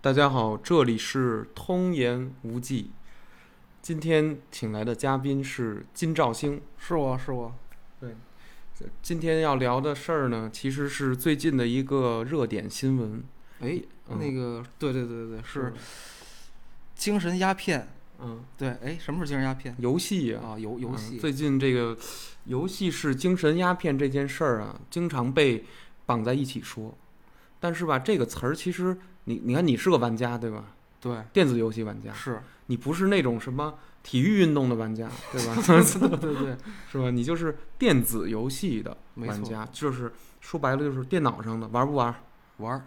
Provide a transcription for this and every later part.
大家好，这里是通言无忌。今天请来的嘉宾是金兆星。是我是我，今天要聊的事儿呢，其实是最近的一个热点新闻。哎，嗯那个，对对对对，是，精神鸦片，嗯，对，哎，什么是精神鸦片？游戏啊，啊，游游嗯戏，最近这个游戏是精神鸦片这件事儿啊，经常被绑在一起说。但是吧，这个词儿其实你你看，你是个玩家对吧？对，电子游戏玩家，是，你不是那种什么体育运动的玩家对 吧？对对对，是吧？你就是电子游戏的没玩错家，就是说白了就是电脑上的玩不 玩，玩儿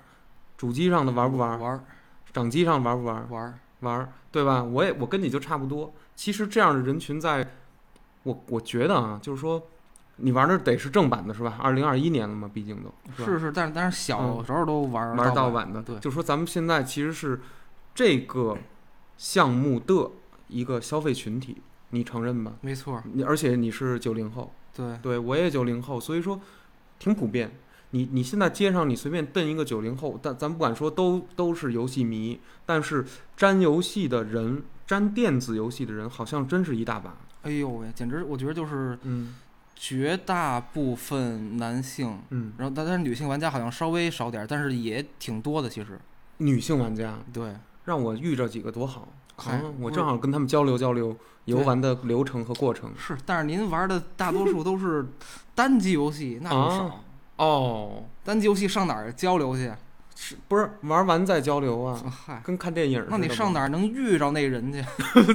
主机上的玩不玩，玩儿掌机上玩不玩，玩儿，玩儿对吧？我也我跟你就差不多。其实这样的人群在，我我觉得啊，就是说你玩的得是正版的是吧？二零二一年了嘛，毕竟都是吧是是，但是但是小嗯时候都玩儿玩盗盗版版，的，对就是说咱们现在其实是这个项目的一个消费群体，你承认吗？没错，你而且你是九零后。对，对我也九零后，所以说挺普遍。你你现在街上你随便瞪一个九零后，但咱不管说都都是游戏迷，但是沾游戏的人，沾电子游戏的人好像真是一大把。哎呦喂，简直我觉得就是嗯绝大部分男性，嗯，然后但但是女性玩家好像稍微少点儿，但是也挺多的，其实，女性玩家对，让我遇着几个多好，哎啊，我我正好跟他们交流交流游玩的流程和过程。是，但是您玩的大多数都是单机游戏，那啊不少。哦，单机游戏上哪儿交流去？是不是玩完再交流啊？嗨，跟看电影似的那吗。你上哪儿能遇着那人去？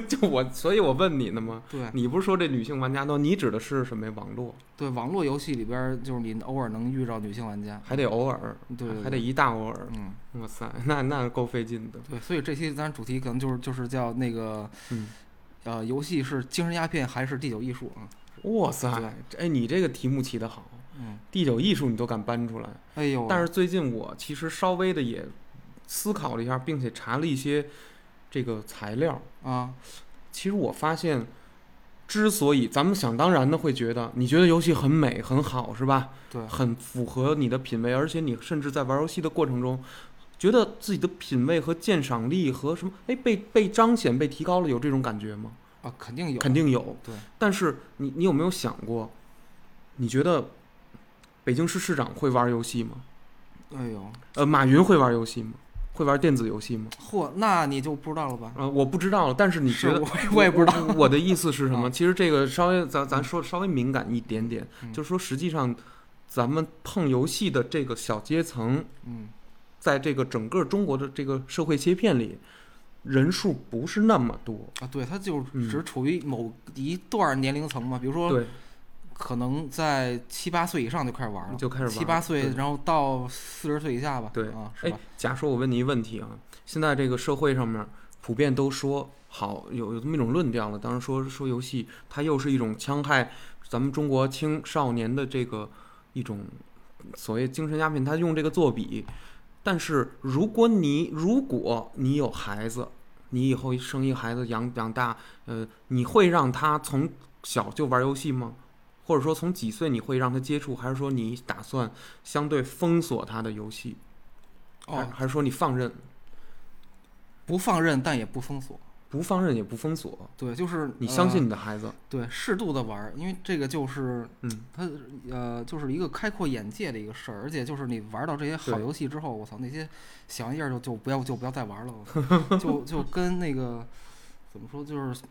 就我，所以我问你呢嘛， 对你不是说这女性玩家多？你指的是什么呀？网络对，网络游戏里边儿就是你偶尔能遇着女性玩家，还得偶尔，对，对还得对一大偶尔。嗯，哇塞， 那那够费劲的。对，所以这期咱主题可能就是就是叫那个嗯，呃，游戏是精神鸦片还是第九艺术啊？哇塞对，这哎，你这个题目起得好，嗯，第九艺术你都敢搬出来。哎呦，但是最近我其实稍微的也思考了一下，并且查了一些这个材料。啊，其实我发现，之所以咱们想当然的会觉得，你觉得游戏很美很好是吧？对，很符合你的品味，而且你甚至在玩游戏的过程中，觉得自己的品味和鉴赏力和什么，哎，被被彰显、被提高了，有这种感觉吗？啊，肯定有，肯定有。对，但是你你有没有想过，你觉得北京市市长会玩游戏吗？哎呦，呃，马云会玩游戏吗？会玩电子游戏吗？嚯，那你就不知道了吧？啊、我不知道了。但是你觉是得我我也不知道，我。我的意思是什么？ 啊其实这个稍微咱咱说稍微敏感一点点，嗯就是说实际上咱们碰游戏的这个小阶层，嗯，在这个整个中国的这个社会切片里，人数不是那么多。啊，对，它就嗯只处于某一段年龄层嘛，比如说对，可能在七八岁以上就开始玩了，就开始玩七八对岁，然后到四十岁以下吧，对啊，是哎吧？，假说我问你一问题啊，现在这个社会上面普遍都说好有有这么一种论调了，当时说说游戏它又是一种戕害咱们中国青少年的这个一种所谓精神鸦片，它用这个作比。但是如果你如果你有孩子，你以后生一孩子养养大，呃，你会让他从小就玩游戏吗？或者说从几岁你会让他接触，还是说你打算相对封锁他的游戏？还哦，还是说你放任，不放任，但也不封锁，不放任也不封锁，对，就是你相信呃你的孩子，对，适度的玩儿，因为这个就是嗯，它呃，就是一个开阔眼界的一个事儿，而且就是你玩到这些好对游戏之后，我操，那些小玩意儿就就不要就不要再玩了， 我就就跟那个怎么说，就是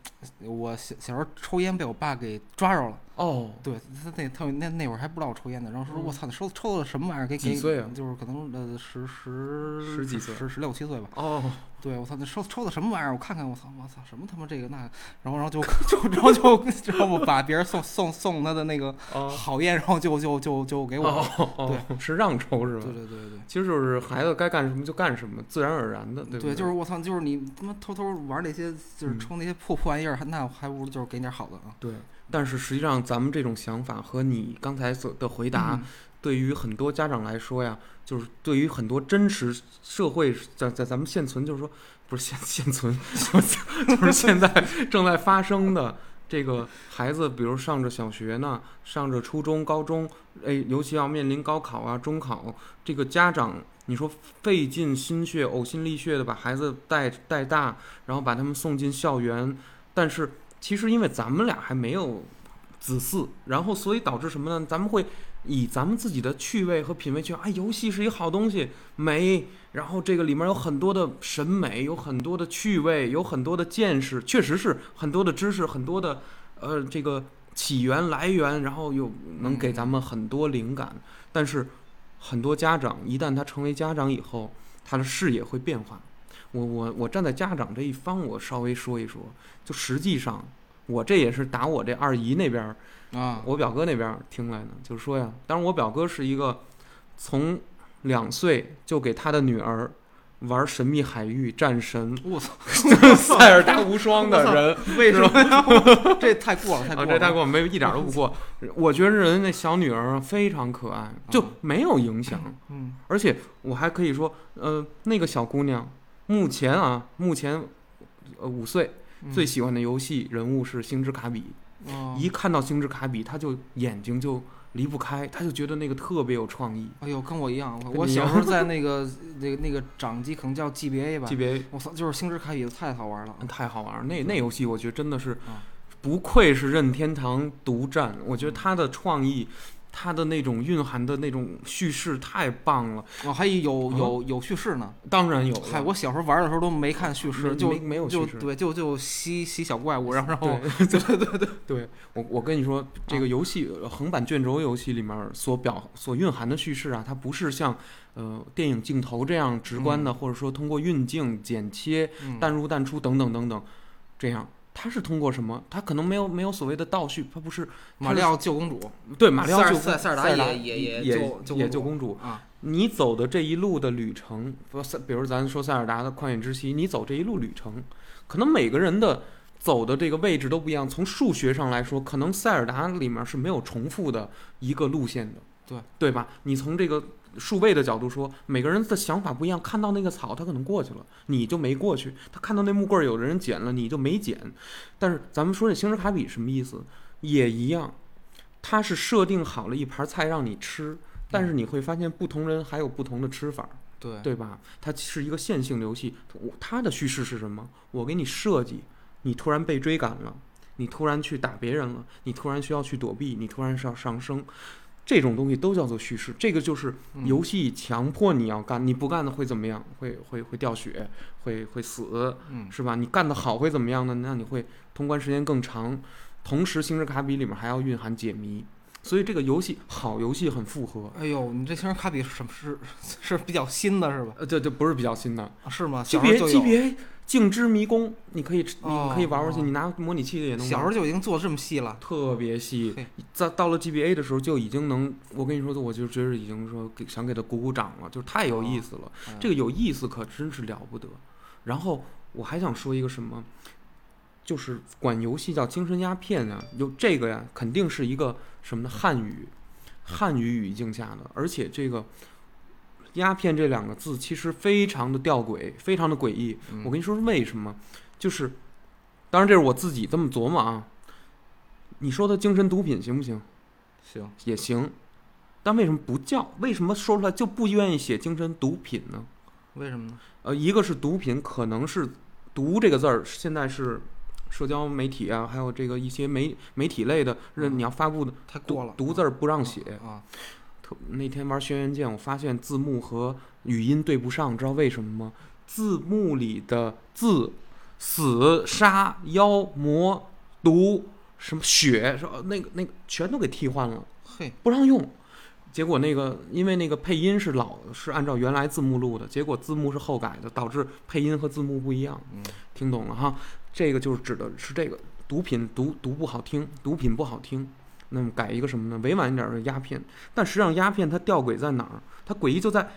我小小时候抽烟被我爸给抓着了。哦，对他那他那那会儿还不知道我抽烟呢，然后说嗯我操，你抽抽的什么玩意儿？给几给岁啊就是可能呃十十十几岁十十六七岁吧。哦，对，我操，那抽抽的什么玩意儿？我看看，我操，我操，什么他妈这个那个，然后然后就 就然后就然后我把别人送送送他的那个 哦，好烟，然后就就就就给我。哦，哦，是让抽是对吧？对对对。其实就是孩子该干什么就干什么，自然而然的，对不对？就是我操，就是你他妈偷偷玩那些，就是嗯抽那些破破玩意儿，还那还不如就是给你点好的啊。对。但是实际上，咱们这种想法和你刚才所的回答，对于很多家长来说呀，就是对于很多真实社会在在咱们 现存，就是说不是现现存，就是现在正在发生的这个孩子，比如上着小学呢，上着初中、高中，哎，尤其要面临高考啊、中考，这个家长，你说费尽心血、呕心沥血的把孩子带带大，然后把他们送进校园，但是其实因为咱们俩还没有子嗣，然后所以导致什么呢？咱们会以咱们自己的趣味和品味去，哎，游戏是一好东西，美，然后这个里面有很多的审美，有很多的趣味，有很多的见识，确实是很多的知识，很多的呃这个起源来源，然后又能给咱们很多灵感。但是很多家长一旦他成为家长以后，他的视野会变化。我我我站在家长这一方，我稍微说一说，就实际上我这也是打我这二姨那边儿啊，、我表哥那边儿听来的，就是说呀，当然我表哥是一个从两岁就给他的女儿玩神秘海域、战神 我操，塞尔达无双的人为什么呀？这太过了，太过啊，了，这他跟我没一点儿都不过。我觉得人那小女儿啊非常可爱，就没有影响。嗯而且我还可以说，呃，那个小姑娘目前啊，目前呃五岁，嗯最喜欢的游戏人物是星之卡比。哦一看到星之卡比，他就眼睛就离不开，他就觉得那个特别有创意。哎呦，跟我一样，我跟我你一小样时候在那个那个那个掌机，可能叫 GBA 吧级，别我操，就是星之卡比的太好玩了，嗯太好玩了，那那嗯游戏我觉得真的是啊，不愧是任天堂独占。我觉嗯得他的创意，他的那种蕴含的那种叙事太棒了。我哦还有有嗯有叙事呢，当然有了，嗨，我小时候玩的时候都没看叙事，没就没没有就叙事对，就就吸吸小怪物，然后然后对对 对对对，我我跟你说，这嗯个游戏呃横版卷轴游戏里面所表所蕴含的叙事啊，它不是像呃电影镜头这样直观的，或者说通过运镜、剪切、嗯淡入淡出等等等等，这样。它是通过什么？它可能没有没有所谓的倒叙，它不是马里奥救公主对马里奥塞尔救塞公塞尔达也也也也救救也公救主公主，啊，你走的这一路的旅程，不是，比如咱说塞尔达的旷野之息，你走这一路旅程，可能每个人的走的这个位置都不一样。从数学上来说，可能塞尔达里面是没有重复的一个路线的，对对吧？你从这个数位的角度说，每个人的想法不一样。看到那个草，他可能过去了，你就没过去；他看到那木棍儿，有的人捡了，你就没捡。但是咱们说这星之卡比什么意思？也一样，它是设定好了一盘菜让你吃，但是你会发现不同人还有不同的吃法，嗯对对吧？它是一个线性的游戏，我它的叙事是什么？我给你设计，你突然被追赶了，你突然去打别人了，你突然需要去躲避，你突然是要上升。这种东西都叫做叙事，这个就是嗯游戏强迫你要干，你不干的会怎么样？会会会掉血，会会死，嗯是吧？你干得好会怎么样呢？那你会通关时间更长，同时《星之卡比》里面还要蕴含解谜，所以这个游戏好游戏很复合。哎呦，你这星之卡比是什么是 是比较新的是吧？呃，这这不是比较新的啊是吗？级小时别候就级有，别静之迷宫，你可以吃你哦可以玩玩去，哦你拿模拟器也能玩。小时候就已经做这么细了，特别细嘿，在到了 GBA 的时候就已经能，我跟你说，我就觉得已经说给想给他鼓鼓掌了，就是太有意思了。嗯这个有意思可真是了不得。然后我还想说一个什么，就是管游戏叫精神鸦片啊，有这个呀，肯定是一个什么呢？汉语，汉语语境下的，而且这个“鸦片”这两个字其实非常的吊诡，非常的诡异。嗯我跟你说是为什么？就是，当然这是我自己这么琢磨啊。你说它精神毒品行不行？行，也行，但为什么不叫？为什么说出来就不愿意写精神毒品呢？为什么呢？呃，一个是毒品，可能是“毒”这个字儿，现在是社交媒体啊，还有这个一些媒媒体类的，认你要发布的太毒嗯过了，嗯毒字儿不让写。啊，特那天玩《轩辕剑》，我发现字幕和语音对不上，知道为什么吗？字幕里的字“死”“杀”“妖”“魔”“毒”什么“血”什么那个那个全都给替换了，嘿，不让用。结果那个因为那个配音是老是按照原来字幕录的，结果字幕是后改的，导致配音和字幕不一样。嗯听懂了哈，这个就是指的是这个毒品毒毒不好听，毒品不好听。那么改一个什么呢？委婉一点的鸦片。但实际上鸦片它吊诡在哪儿？它诡异就在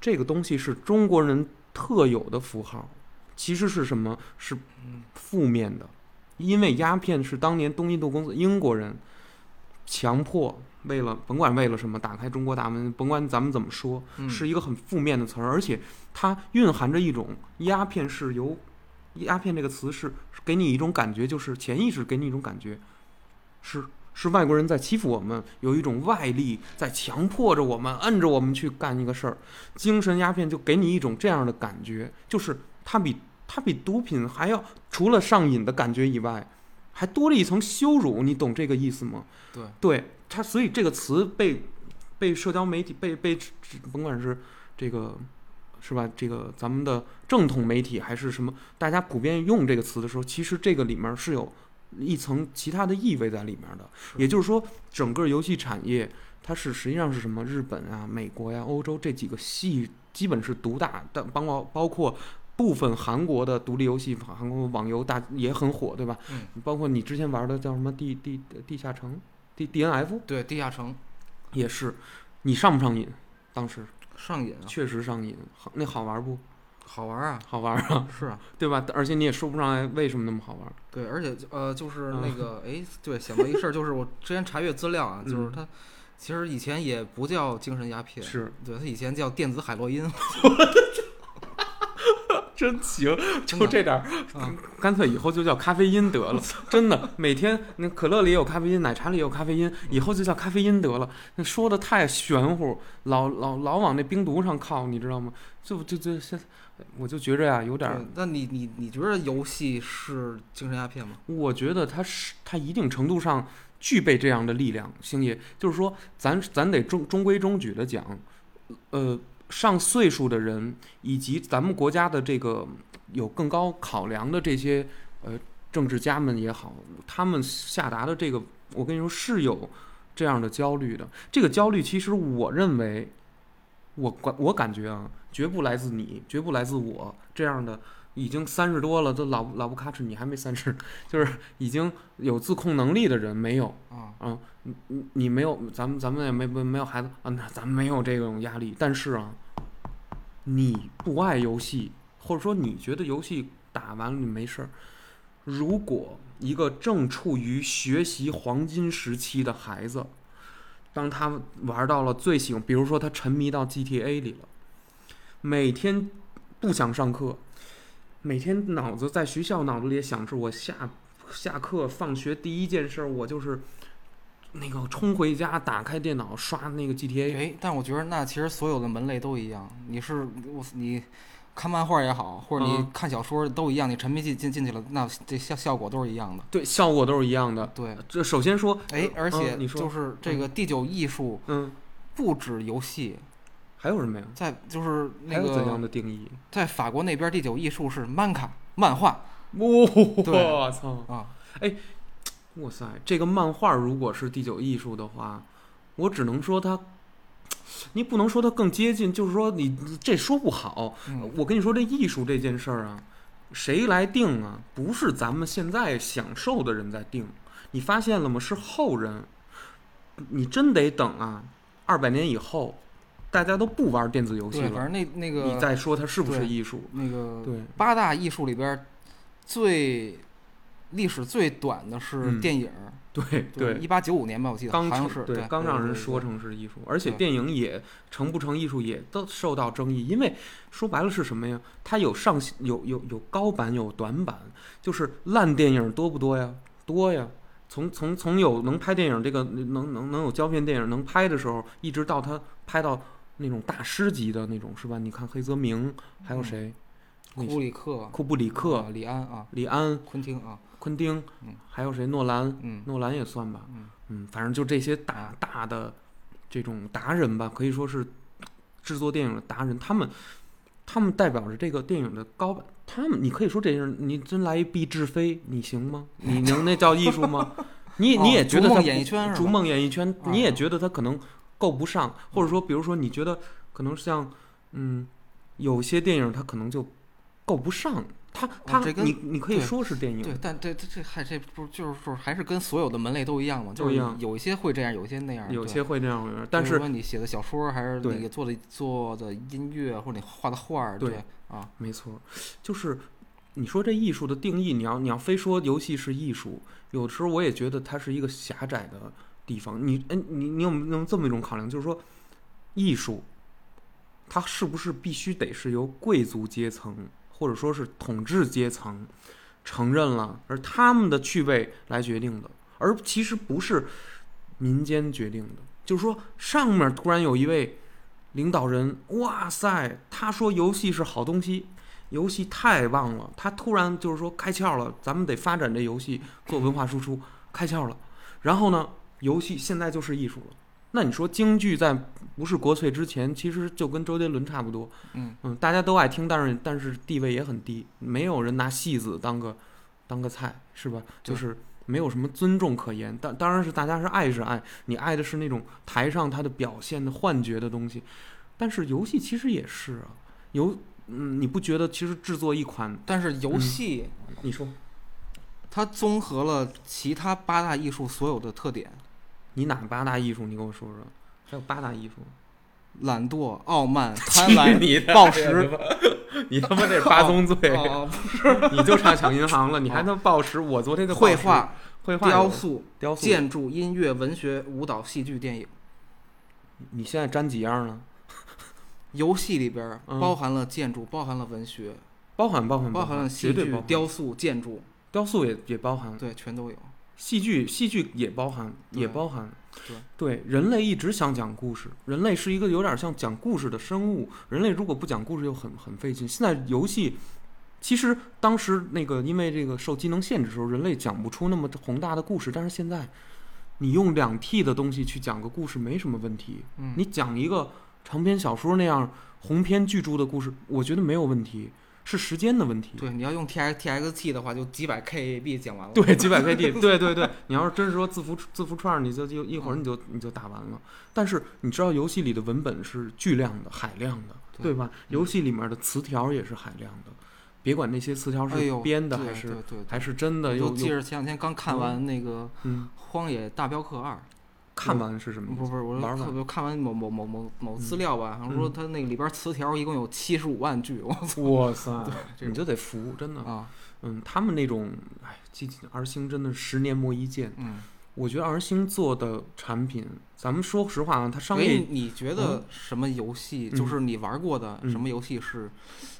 这个东西是中国人特有的符号，其实是什么？是嗯负面的，因为鸦片是当年东印度公司英国人强迫为了甭管为了什么打开中国大门，甭管咱们怎么说，嗯是一个很负面的词儿，而且它蕴含着一种鸦片是由鸦片这个词是是给你一种感觉，就是潜意识给你一种感觉，是是外国人在欺负我们，有一种外力在强迫着我们，摁着我们去干一个事儿。精神鸦片就给你一种这样的感觉，就是它比它比毒品还要除了上瘾的感觉以外，还多了一层羞辱，你懂这个意思吗？对对，它所以这个词被被社交媒体被被甭管是这个是吧，这个咱们的正统媒体还是什么，大家普遍用这个词的时候，其实这个里面是有一层其他的意味在里面的。也就是说，整个游戏产业它是实际上是什么？日本啊、美国呀、欧洲这几个系基本是独大，但包括包括。部分韩国的独立游戏，韩国网游大也很火，对吧？嗯、包括你之前玩的叫什么地地地下城，D D N F 对，地下城也是，你上不上瘾？当时上瘾啊，确实上瘾，好那好玩不？好玩啊，好玩啊， 是啊，对吧？而且你也说不上来为什么那么好玩。对，而且就呃，就是啊那个，哎、对，想到一事儿，就是我之前查阅资料啊，就是嗯它其实以前也不叫精神鸦片，是，对，它以前叫电子海洛因，真行，就真的这点儿啊，干脆以后就叫咖啡因得了。真 的，每天那可乐里有咖啡因，奶茶里有咖啡因，以后就叫咖啡因得了。那说的太玄乎，老老老往那冰毒上靠，你知道吗？就就就现，我就觉着呀、有点儿对，那你你你觉得游戏是精神鸦片吗？我觉得它是它一定程度上具备这样的力量，星爷，就是说咱咱得中中规中矩的讲，呃，上岁数的人以及咱们国家的这个有更高考量的这些呃政治家们也好，他们下达的这个，我跟你说是有这样的焦虑的。这个焦虑其实我认为，我感我感觉啊，绝不来自你，绝不来自我这样的。已经三十多了，都老不老不咔哧，你还没三十，就是已经有自控能力的人没有，啊，你你没有，咱们咱们也没没没有孩子啊，那咱们没有这种压力。但是啊，你不爱游戏，或者说你觉得游戏打完了你没事儿，如果一个正处于学习黄金时期的孩子，当他玩到了最喜欢，比如说他沉迷到 GTA 里了，每天不想上课，每天脑子在学校脑子里也想着我下下课放学第一件事儿我就是。那个冲回家，打开电脑刷那个 GTA，哎，但我觉得那其实所有的门类都一样，你是我你看漫画也好，或者你嗯看小说都一样，你沉迷进进进去了，那这效效果都是一样的。对，效果都是一样的。对，这首先说，哎，而且嗯呃你说就是这个第九艺术嗯，不止游戏，还有什么呀？在就是还那有怎样个的定义？在法国那边第九艺术是漫卡漫画对我操！啊，哇塞，这个漫画如果是第九艺术的话，我只能说它，你不能说它更接近，就是说你这说不好。嗯，我跟你说，这艺术这件事儿啊，谁来定啊？不是咱们现在享受的人在定，你发现了吗？是后人，你真得等啊，二百年以后，大家都不玩电子游戏对，了，反正那那个你再说它是不是对艺术？嗯那个对八大艺术里边儿最历史最短的是嗯电影儿，对一八九五年吧，我记得刚好像成是对对，刚让人对说对嗯成是艺术，而且对电影也成不成艺术也都受到争议，因为说白了是什么呀？它有上有有有高版有短版，就是烂电影多不多呀？多呀。从从从有能拍电影这个能能能有胶片电影能拍的时候，一直到他拍到那种大师级的那种是吧？你看黑泽明，还有嗯谁？对库里克、库布里克啊、、李安啊、李安、昆汀啊，昆汀嗯，还有谁？诺兰，嗯诺兰也算吧。嗯，嗯，反正就这些大大的这种达人吧，可以说是制作电影的达人，他们他们代表着这个电影的高版，他们你可以说这些人，你真来一毕志飞，你行吗？你能那叫艺术 吗？你哦你也觉得逐他梦不演艺圈是吧逐梦演艺圈，啊你也觉得他可能够不上，或者说，比如说你觉得可能像嗯，有些电影他可能就够不上，他他哦这跟你你可以对说是电影，对，但这这这还这不就是说还是跟所有的门类都一样嘛？就都一是样有一些会这样，有一些那样，有对些会这样，但就是说你写的小说还是对你做的做的音乐或者你画的画儿，对对啊，没错儿，就是你说这艺术的定义，你要你要非说游戏是艺术，有时候我也觉得它是一个狭窄的地方。你哎，你你有没有这么一种考量，就是说，艺术它是不是必须得是由贵族阶层或者说是统治阶层承认了，而他们的趣味来决定的，而其实不是民间决定的。就是说，上面突然有一位领导人，哇塞，他说游戏是好东西，游戏太棒了，他突然就是说开窍了，咱们得发展这游戏做文化输出，开窍了。然后呢，游戏现在就是艺术了。那你说京剧在不是国粹之前，其实就跟周杰伦差不多，嗯嗯，大家都爱听，但是但是地位也很低，没有人拿戏子当个当个菜，是吧？对就是没有什么尊重可言。当当然是大家是爱是爱，你爱的是那种台上他的表现的幻觉的东西，但是游戏其实也是啊，游嗯，你不觉得其实制作一款，但是游嗯戏你说它综合了其他八大艺术所有的特点：你哪八大艺术？你跟我说说，还有八大艺术？懒惰、傲慢、 贪婪、你的暴食。你他妈这八宗罪，哦你就差抢银行了，你还能暴食？我昨天就暴绘食、画、绘画有、雕塑、雕塑，建筑、音乐、文学、舞蹈、戏剧、电影。你现在沾几样了？游戏里边儿嗯包含了建筑，包含了文学，包含包含包含了嗯戏绝对包剧、含嗯雕塑、建筑，雕塑也也包含，对，全都有。戏剧戏剧也包含对也包含。对对，人类一直想讲故事，人类是一个有点像讲故事的生物。人类如果不讲故事，又很很费劲。现在游戏，其实当时那个因为这个受机能限制的时候，人类讲不出那么宏大的故事，但是现在，你用两 T 的东西去讲个故事没什么问题。嗯，你讲一个长篇小说那样鸿篇巨著的故事，我觉得没有问题，是时间的问题。对，你要用 T X T X T 的话，就几百 K B 讲完了。对，几百 KD，对对对，你要是真是说字符字符串儿，你就就一会儿你嗯就你就打完了。但是你知道游戏里的文本是巨量的、海量的，对嗯对吧？游戏里面的词条也是海量的，别管那些词条是哎呦，编的对还是、对对对，还是真的，我又就记又着前两天刚看完那个嗯， 《荒野大镖客二》，看完是什么意不思？是不是，我嗯玩就儿吧特别看完某某某某某资料吧，然嗯后说他那里边词条一共有七十五万句，我操哇塞， 这你就得服，真的。啊， 嗯，他们那种，哎，激进儿星真的十年磨一剑。嗯，我觉得儿星做的产品，咱们说实话啊，它商所业以你觉得什么游戏，嗯就是你玩过的嗯什么游戏是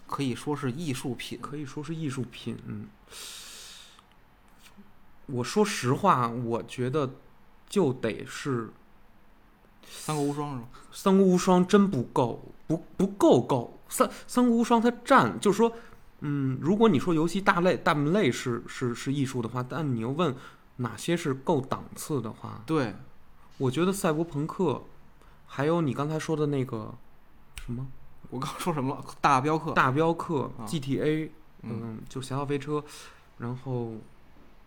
可以说是艺术品？可以说是艺术品。嗯，我说实话，啊我觉得就得是《三国无双是吗？三国无双》，真不够，不不够够。三《三国无双》它占，就是说，嗯，如果你说游戏大类大门类是是是艺术的话，但你又问哪些是够档次的话，对，我觉得赛博朋克，还有你刚才说的那个什么我刚说什么了？大镖客，大镖客啊 GTA，嗯，嗯，就《侠盗飞车》，然后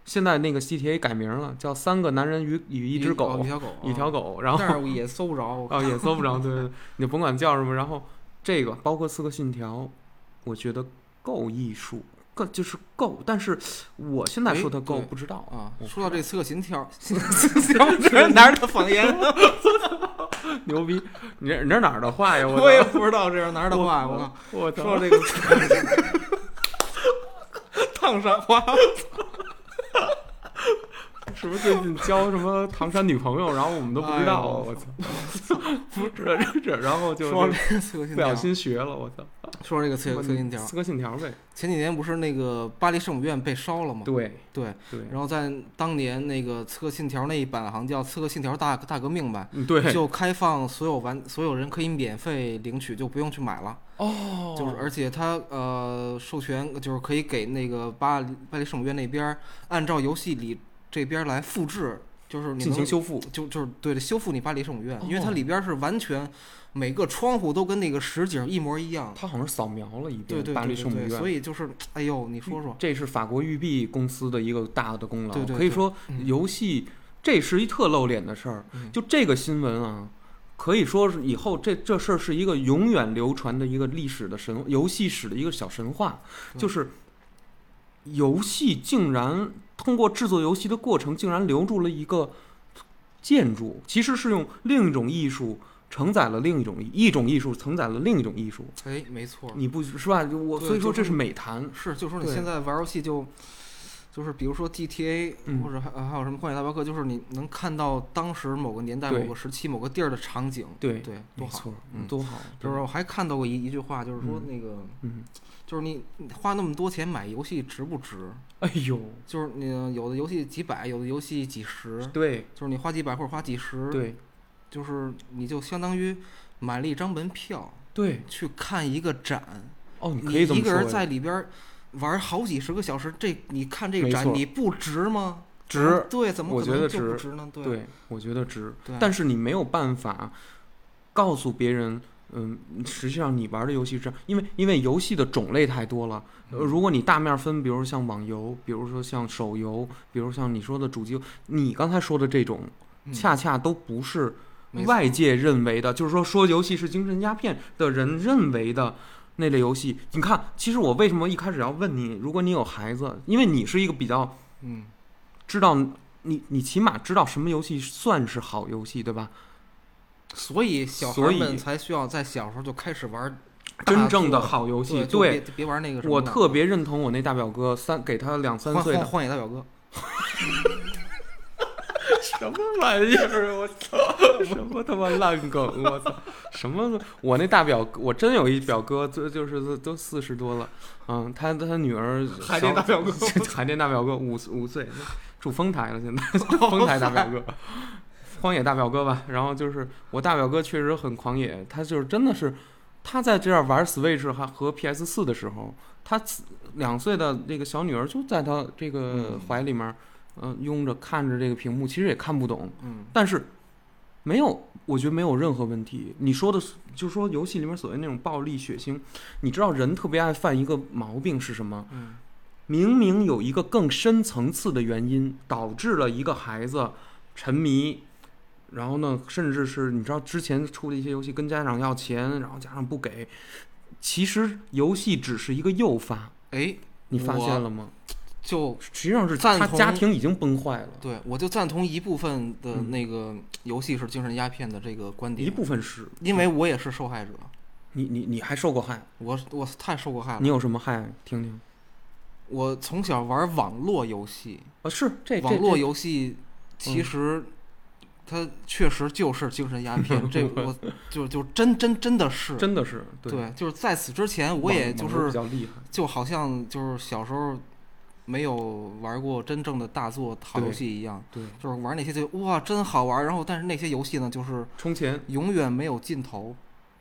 现在那个 GTA 改名了，叫《三个男人与与一只哦狗一》，条狗，啊一条狗，然后但是我也搜不着，我哦也搜不 着，对对，对你甭管叫什么，然后这个包括《刺客信条》，我觉得够艺术，够就是够，但是我现在哎说它够对不知 道，啊我，说到不这刺客 信 条，信条是哪儿的方言？牛逼，你这你这哪儿的话呀？ 我也操不知道这是哪儿的话呀，我啊靠！我操说这 个烫山话，是不是最近交什么唐山女朋友，然后我们都不知道啊，哎呦我操，不是这这，然后就 说就这个刺客信不小条，心学了，我操。说这个刺客刺客信条。四嗯个信条呗。前几年不是那个巴黎圣母院被烧了吗？对对，对然后在当年那个刺客信条那一版，好像叫《刺客信条大大革命》吧，嗯对，就开放所有玩所有人可以免费领取，就不用去买了。哦就是而且它呃授权就是可以给那个巴黎巴黎圣母院那边儿按照游戏里这边儿来复制，就是你进能行修复。就就是对的，修复你巴黎圣母院，因为哦它里边是完全每个窗户都跟那个实景一模一样。他好像是扫描了一对遍对巴黎对圣母对对，院，所以就是，哎呦，你说说，这是法国育碧公司的一个大的功劳。对对可以对说嗯游戏这是一特露脸的事儿。嗯就这个新闻啊，可以说是以后这这事儿是一个永远流传的一个历史的神游戏史的一个小神话，对就是游戏竟然通过制作游戏的过程，竟然留住了一个建筑，其实是用另一种艺术承载了另一种艺一种艺术承载了另一种艺术，哎，没错，你不是吧？我对所以说就这是是美谈。是，就说你嗯对现在玩游戏就就是比如说 GTA，嗯或者还还有什么《荒野大镖客》，就是你能看到当时某个年代、对某个时期、某个地儿的场景，对对，多没好。错，嗯多好，就是我还看到过一一句话，就是说嗯那个，嗯，就是你你花那么多钱买游戏值不值？哎呦，就是你有的游戏几百，有的游戏几十，对就是你花几百或者花几十，对就是你就相当于买了一张门票对，去看一个展，哦，你你可以这一么个说人在呀，里边儿玩好几十个小时，这你看这个没展错你不值吗？啊值，对，怎么我可觉能得就不值值呢？对对对，我觉得值，对，啊嗯但是你没有办法告诉别人，嗯，实际上你玩的游戏是这样，因为因为游戏的种类太多了。呃，嗯如果你大面分，比如说像网游，比如说像手游，比如像你说的主机游，你刚才说的这种，嗯恰恰都不是没外界认为的，就是说说游戏是精神鸦片的人认为的。那类游戏，你看，其实我为什么一开始要问你，如果你有孩子，因为你是一个比较嗯知道你，你起码知道什么游戏算是好游戏，对吧？所以小孩所以们才需要在小时候就开始玩大真正的作好游戏。啊对，就别，别玩那个什么我了特别认同我那大表哥三，给他两三荒岁荒的荒野大表哥，什么玩意儿？我操！什么他妈烂梗！我操！什么？我那大表哥，我真有一表哥，就就是都都四十多了，嗯，他他女儿还那大表 哥小还那大表哥五五岁，住丰台了， 现在丰台大表哥。荒野大表哥吧，然后就是我大表哥确实很狂野，他就是真的是，他在这样玩 Switch 还和 PS 四的时候，他两岁的这个小女儿就在他这个嗯怀里面，嗯、拥着看着这个屏幕，其实也看不懂，嗯但是没有，我觉得没有任何问题。你说的是，就是说游戏里面所谓那种暴力血腥，你知道人特别爱犯一个毛病是什么？嗯明明有一个更深层次的原因导致了一个孩子沉迷。然后呢，甚至是你知道之前出的一些游戏跟家长要钱，然后家长不给，其实游戏只是一个诱发，哎，你发我现了吗？就实际上是赞他同家庭已经崩坏了，对我就赞同一部分的嗯那个游戏是精神鸦片的这个观点，一部分是因为我也是受害者，你你你还受过害，我我太受过害了你，有什么害？听听。我从小玩网络游戏，啊，是这网络有游戏其实它确实就是精神 鸦片，这我就就真真真的是真的是对，就是在此之前我网也就网络比是较厉害，就好像就是小时候没有玩过真正的大作好游对戏一样，对，就是玩那些就哇真好玩，然后但是那些游戏呢就是充钱永远没有尽头，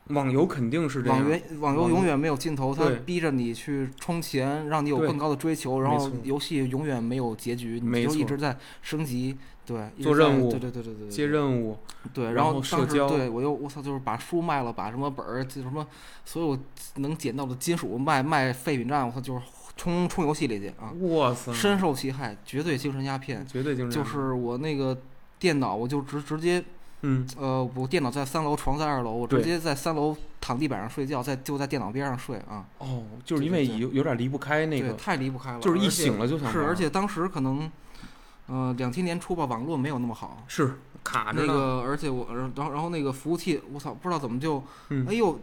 网游肯定是这样，网游网游网永游远没有尽头，它对逼着你去充钱，让你有对更高的追求，然没后错游戏永远没有结局，你没就一错直在升级，对，一直做在任务对对对对对，接对任务，对，然然后后社当时交对我又我操，就是把书卖了，把什么本儿，就什么所有能捡到的金属卖卖废品站，我操，就是冲冲游戏里去啊，哇塞，深受其害，绝对精神鸦片，绝对精神就鸦片，是我那个电脑，我就直直接嗯，呃，我电脑在三楼，床在二楼，我直对接在三楼躺地板上睡觉，在就在电脑边上睡啊，哦，就是对因对为对有有点离不开那对，个，太离不开了，就是一而且醒了就想是，玩而且当时可能，呃，两千年初吧，网络没有那么好，是卡着那呢，个，而且我，然后然后那个服务器，我操，不知道怎么就，嗯哎呦，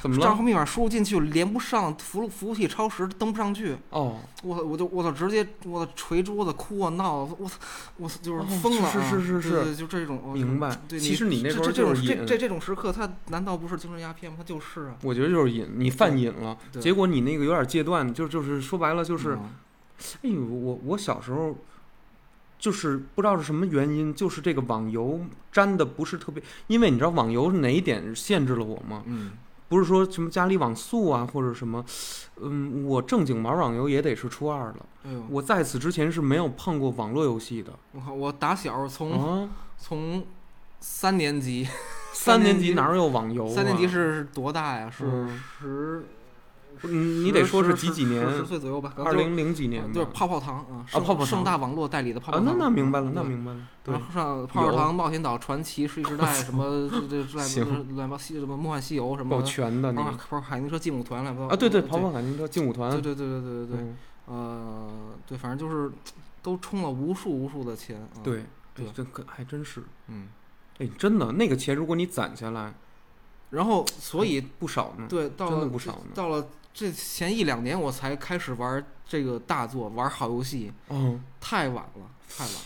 怎么账了号？密码输入进去连不上，服务服务器超时，登不上去，哦，我操，我就我操，直接我操捶桌子哭啊闹啊，我操，我操，就是哦疯了啊、是是是是对是对就这种，我明白。对其你实你那这时候这这就种是这瘾，这这种时刻，它难道不是精神鸦片吗？它就是啊，我觉得就是瘾，你犯瘾了，对结果你那个有点戒断，就就是说白了就是。嗯哎呦，我我小时候就是不知道是什么原因，就是这个网游粘的不是特别，因为你知道网游是哪一点限制了我吗？嗯，不是说什么家里网速啊或者什么，嗯，我正经玩网游也得是初二了，哎呦，嗯我在此之前是没有碰过网络游戏的我靠，我打小从、啊。从三年级，三年年级哪儿有网游、啊？三年级是是多大呀？是嗯十，嗯，你得说是是几几年？十岁左右吧，可能二就零零几年嗯吧就是泡泡糖啊，盛泡泡糖盛大网络代理的泡泡啊，糖。那那明白了，那对明白了，啊对然，后上泡泡有糖、冒险岛、传奇、世纪时代什么这这这行乱八西什么梦幻西游什么够，全的你包括海宁车劲舞团乱七八糟啊，对对，呃跑跑卡丁车劲舞团，对对对对对对对，嗯呃，对，反正就是都充了无数无数的钱。啊，对，对哎，这可还真是，嗯，哎，真的那个钱，如果你攒下来然后所以不少呢。对到真的了不少呢到了这前一两年我才开始玩这个大作，玩好游戏，嗯，太晚了，太晚了。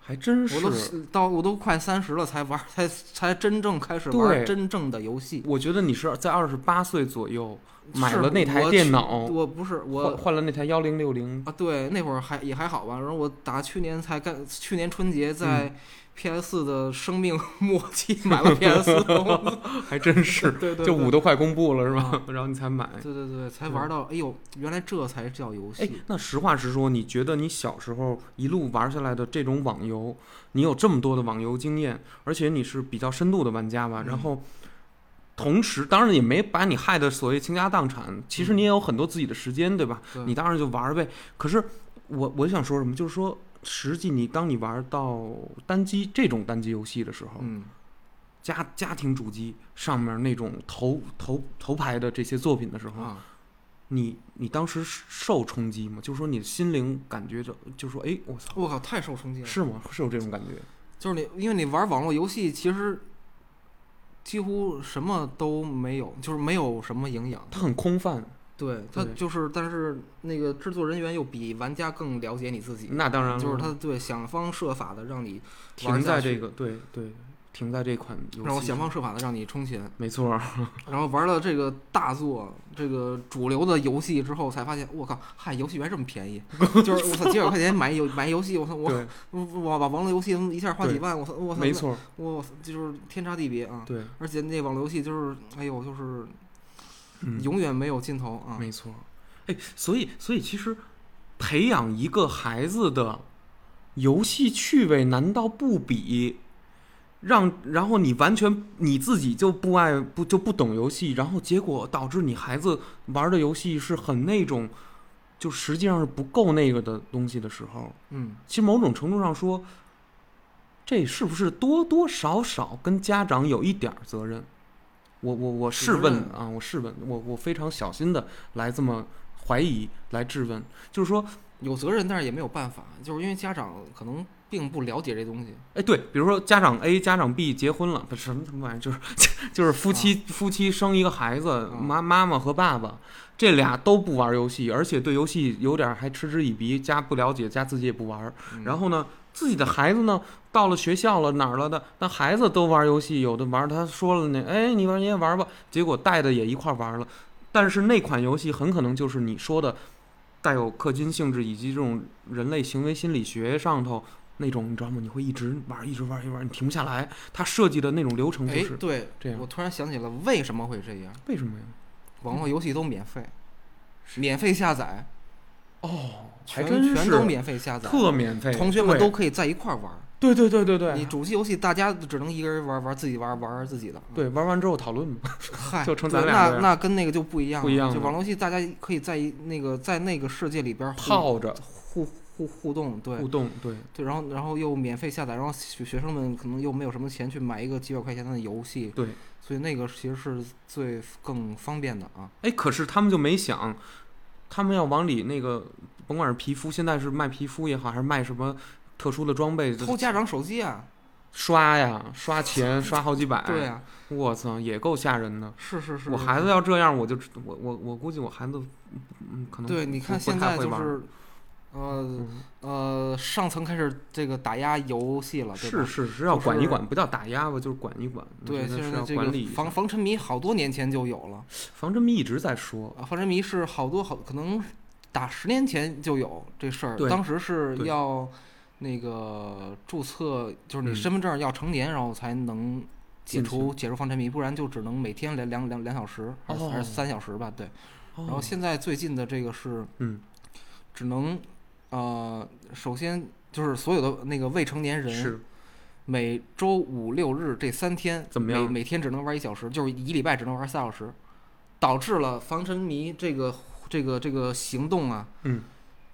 还真我是。都到我都快三十了才玩，才才真正开始对玩真正的游戏。我觉得你是在二十八岁左右买是了那台我电去脑我不是哦换我换了那台幺零六零，啊，对，那会儿还也还好吧。然后我打去年才干，去年春嗯节在 PS 的生命 末期买了 PS， 还真是，对对 对，嗯就五都快公布了是吧？ 然后你才买。对对对，才玩到，哎呦，原来这才叫游哎戏。，那实话实说，你觉得你小时候一路玩下来的这种网游，你有这么多的网游经验，而且你是比较深度的玩家吧？然嗯后，同时当然也没把你害得所谓倾家荡产，其实你也有很多自己的时间，对吧？嗯对你当然就玩儿呗。可是我我想说什么，就是说，实际你当你玩到单机这种单机游戏的时候，嗯，家家庭主机上面那种头头头牌的这些作品的时候，啊，你你当时受冲击吗？就是说你的心灵感觉就就说，哎，我操，我靠，太受冲击了。是吗？是有这种感觉？就是你，因为你玩网络游戏，其实几乎什么都没有，就是没有什么营养。它很空泛，对，它对就是，但是那个制作人员又比玩家更了解你自己，那当然了，就是他对想方设法的让你玩停下在去这个对对，停在这款游戏，让我想方，设法的让你充钱，没错儿，然后玩了这个大作，这个主流的游戏之后，才发现我靠，嗨，游戏原来这么便 宜，就是我操，几百块钱买游买游戏，我操，我对，我我把网络游戏一下花几对万，我操，我操，没错儿，那，啊我就是天差地别啊。对，而且那网络游戏就是，哎呦，就是嗯。永远没有尽头啊！没错，哎，所以所以其实培养一个孩子的游戏趣味，难道不比让然后你完全你自己就不爱不就不懂游戏，然后结果导致你孩子玩的游戏是很那种，就实际上是不够那个的东西的时候，嗯，其实某种程度上说，这是不是多多少少跟家长有一点儿责任？我我我试问责任啊，我试问，我我非常小心的来这么怀疑来质问，就是说，有责任，但是也没有办法，就是因为家长可能并不了解这东西。哎，对，比如说家长 A 家长 B 结婚了，不是什么什么玩意儿，就是 就是夫妻、啊夫妻生一个孩子，嗯妈妈妈和爸爸这俩都不玩游戏，而且对游戏有点儿还嗤之以鼻，加不了解，加自己也不玩儿，嗯然后呢，自己的孩子呢，到了学校了哪儿了的，那孩子都玩游戏，有的玩儿，他说了呢，哎，你玩你也玩吧，结果带的也一块儿玩了，但是那款游戏很可能就是你说的带有氪金性质以及这种人类行为心理学上头那种，你知道吗？你会一直玩儿，一直玩儿，一直玩儿，你停不下来。他设计的那种流程就哎是，对，这样我突然想起了为什么会这样？为什么呀？网嗯络游戏都免费，免费下载，哦，还全真是全都免费下载，特免费，同学们都可以在一块儿玩儿。对对对对对你对，主机游戏大家只能一个人玩儿，玩儿自己玩儿，玩儿自己的。啊，对玩完之后讨论嘛。嗨，就成对咱俩这那样那跟那个就不一样了，不一样就了网络游戏大家可以在一那个在那个世界里边儿互泡着互互互动，对互动，对，对，然后然后又免费下载，然后学学生们可能又没有什么钱去买一个几百块钱的游戏，对，所以那个其实是最更方便的啊。哎，可是他们就没想，他们要往里那个，甭管是皮肤，现在是卖皮肤也好，还是卖什么特殊的装备，偷家长手机啊，刷呀，刷钱，刷好几百。 对，啊，我操，也够吓人的。是是是，哎我孩子要这样，我就我我我估计我孩子，嗯，可能对，你不看不现太在会就玩儿是，呃嗯呃，上层开始这个打压游戏了，对吧？是是是要就管一是管，不叫打压吧，就是管一管。我觉对，得现是在要这管理个一下。防防沉迷好多年前就有了，防沉迷一直在说，啊，防沉迷是好多好可能打十年前就有这事儿，对当时是对要那个注册，就是你嗯身份证要成年，然后才能解进除解除防沉迷，不然就只能每天两两两两小时，还是、还哦是三小时吧，对。然后哦现在最近的这个是嗯只能呃，首先就是所有的那个未成年人是每周五六日这三天怎么每样每天只能玩一小时，就是一礼拜只能玩仨小时，导致了防沉迷这个这个这个行动啊，嗯，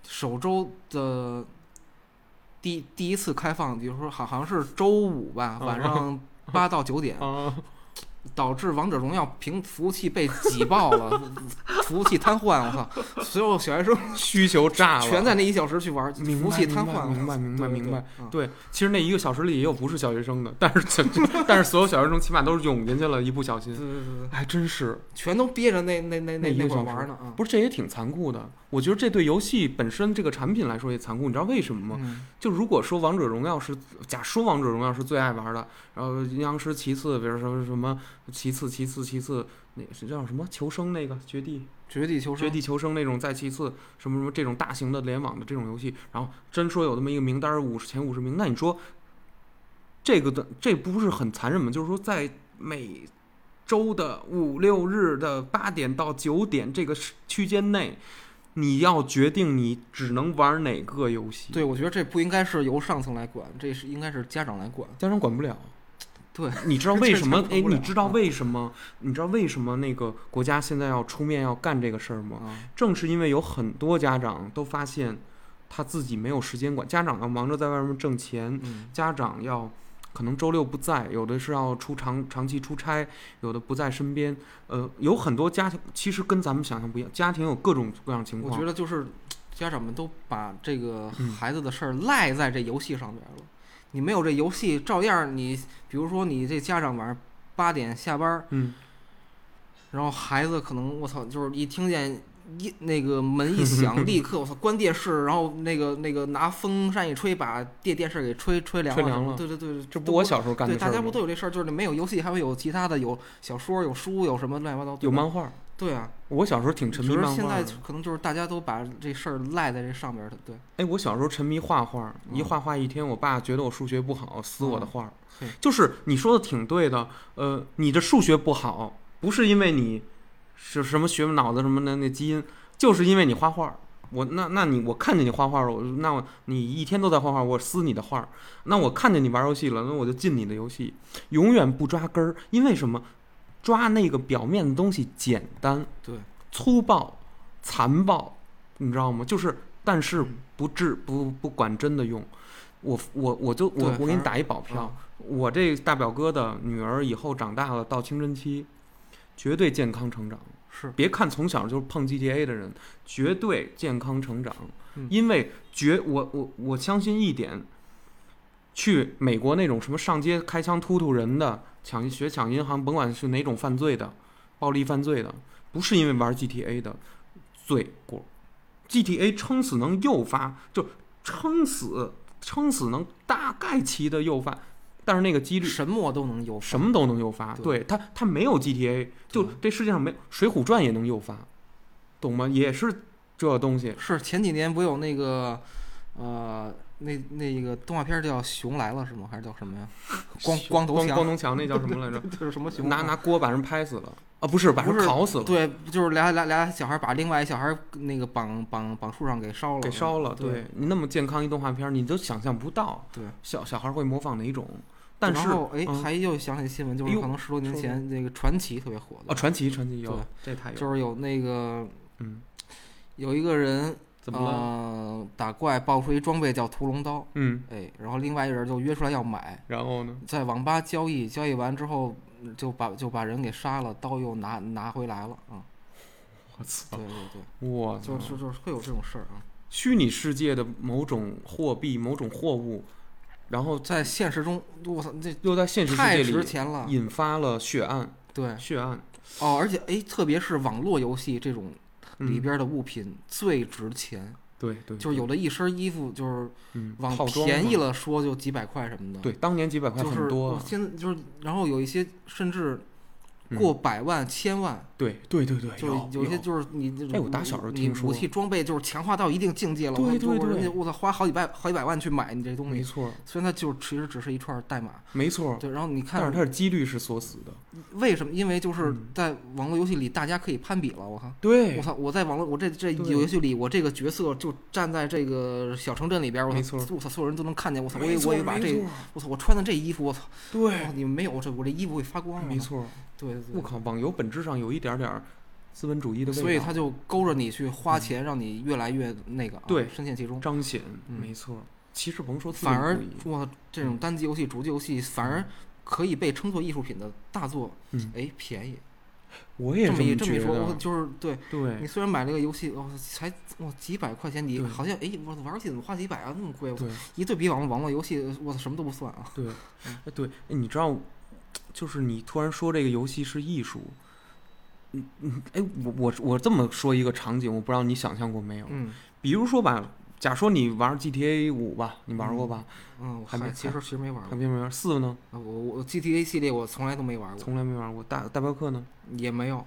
首周的第第一次开放，比如说好好像是周五吧，哦晚上八到九点，啊 导致王者荣耀屏服务器被挤爆了， 服务器瘫痪。我操，所有小学生需求炸了，全在那一小时去玩，明白服务器瘫痪了。明白明白明白对。对对嗯对，其实那一个小时里也有不是小学生的，但是全 但是所有小学生起码都是涌进去了，一不小对心，对对对，还真是，全都憋着那那那那那一个那会儿小时玩呢啊！不是这也挺残酷的。我觉得这对游戏本身这个产品来说也残酷，你知道为什么吗？嗯就如果说王者荣耀是假说王者荣耀是最爱玩的，然后阴阳师其次，比如说什么其次其次其次，那是叫什么求生那个绝地绝地求生绝，地求生那种，再其次什么什么这种大型的联网的这种游戏，然后真说有那么一个名单五十前五十名，那你说这个的这不是很残忍吗？就是说在每周的五六日的八点到九点这个时区间内，你要决定你只能玩哪个游戏，对，我觉得这不应该是由上层来管，这是应该是家长来管。家长管不了。对，你知道为什么 这？这哎，管不了你知道为什么？你知道为什么那个国家现在要出面要干这个事儿吗？啊，正是因为有很多家长都发现他自己没有时间管，家长要忙着在外面挣钱，嗯，家长要可能周六不在，有的是要出长长期出差，有的不在身边。呃，有很多家庭其实跟咱们想象不一样，家庭有各种各样情我况觉。得就是家长们都把这个嗯孩子的事儿赖在这游戏上边了。你没有这游戏，照样儿你，比如说你这家长晚上八点下班儿，嗯，然后孩子可能我操，就是一听见一那个门一响，立刻我操关电视，然后那个那个拿风扇一吹，把电电视给吹吹凉了。吹凉了对对对，这都不我小时候干对的事大儿家不吗。都有这事儿，就是你没有游戏，还会有其他的，有小说、有书、有什么乱七八糟。对有吧？漫画，对啊，我小时候挺沉迷只是漫现画在的。可能就是大家都把这事儿赖在这上边儿的，对，哎，我小时候沉迷画画，一嗯画画一天，我爸觉得我数学不好，撕我的嗯画。对就是你说的挺对的，呃，你的数学不好，不是因为你是什么学脑子什么的那基因，就是因为你画画。我那那你我看见你画画了，我那我你一天都在画画，我撕你的画。那我看见你玩游戏了，那我就进你的游戏，永远不抓根儿。因为什么？抓那个表面的东西简单，对，粗暴、残暴，你知道吗？就是但是嗯不治不不管真的用。我我我就对我我给反嗯你正打一保票，我这大表哥的女儿以后长大了到青春期，绝对健康成长。是别看从小就是碰 GTA 的人，绝对健康成长，嗯因为绝我我我相信一点，去美国那种什么上街开枪突突人的、抢学抢银行，甭管是哪种犯罪的、暴力犯罪的，不是因为玩 GTA 的罪过，GTA 撑死能诱发，就撑死撑死能大概其的诱发，但是那个几率什么都能有，什么都能诱发。对对它，它没有 GTA，就对这世界上没有《水浒传》也能诱发，懂吗？也是这东西。是前几年不有那个呃那那个动画片儿叫《熊来了》是吗？还是叫什么呀？光光头光强光头强那叫什么来 着？就是什么熊拿啊拿锅把人拍死了啊？不是，把不人是烤死了，对，就是俩俩俩小孩儿把另外一小孩儿那个绑绑绑树上给烧了，给烧了。对对你那么健康一动画片，你都想象不到对。小小孩会模仿哪种。但是然后哎，嗯还又想起新闻，就哎是呦可能十多年说前那个传奇特别火啊，的，传奇传奇有这对，太有。就是有那个嗯，有一个人怎么了？呃，打怪爆出一装备叫屠龙刀，嗯，哎，然后另外一人就约出来要买，然后呢？在网吧交易，交易完之后嗯就把就把人给杀了，刀又拿拿回来了啊、我操对！对对，我就操！就就是会有这种事儿啊，虚拟世界的某种货币、某种货物，然后在现实中，我操，这又在现实世太界值里钱了，引发了血案，对血案哦，而且哎，特别是网络游戏这种嗯里边的物品最值钱，对对，就是有的一身衣服就是嗯往套装便宜嘛，了说就几百块什么的，对，当年几百块就是很多我啊，现在就是，然后有一些甚至嗯过百万、千万，对对对对，就是有一些就是你这种哎我打小时候你听说武器装备就是强化到一定境界了，对我对我对人家我操花好几百好几百万去买你这东没西，错虽然它就其实只是一串代码，没错，对，然后你但是看它的几率是锁死的，为什么？因为就是嗯在网络游戏里大家可以攀比了，我靠。我对，操！我在网络，我这这对游戏里，我这个角色就站在这个小城镇里边儿，我没操！错我操，所有人都能看见。我操！我没也错我也把没这，错我操！我穿的这衣服，我操！对哇，你们没有我这，我这衣服会发光。没我操，错，对对对我。靠，网游本质上有一点点儿资本主义的味道，嗯所以他就勾着你去花钱，让你越来越那个、啊，对深陷其中。彰显，嗯没错，其实甭说资反本而主义嗯我这种单机游戏、主机游戏，反而可以被称作艺术品的大作，嗯哎，便宜。我也这么一这么觉一说，我得。啊就是对你对虽然买了个游戏，哦，才哇几百块钱，哎你对好像哎，我玩游戏怎么花几百啊，那么贵？我对一对比网络网络游戏，我操，什么都不算啊。对，哎对，哎你知道，就是你突然说这个游戏是艺术，嗯嗯，哎，我我我这么说一个场景，我不知道你想象过没有？嗯比如说吧，假说你玩 GTA 五吧，你玩过吧？嗯，我还没嗨其实其实没玩过看，没玩四呢？啊我我 GTA 系列我从来都没玩过，从来没玩过。大大镖客呢？也没有。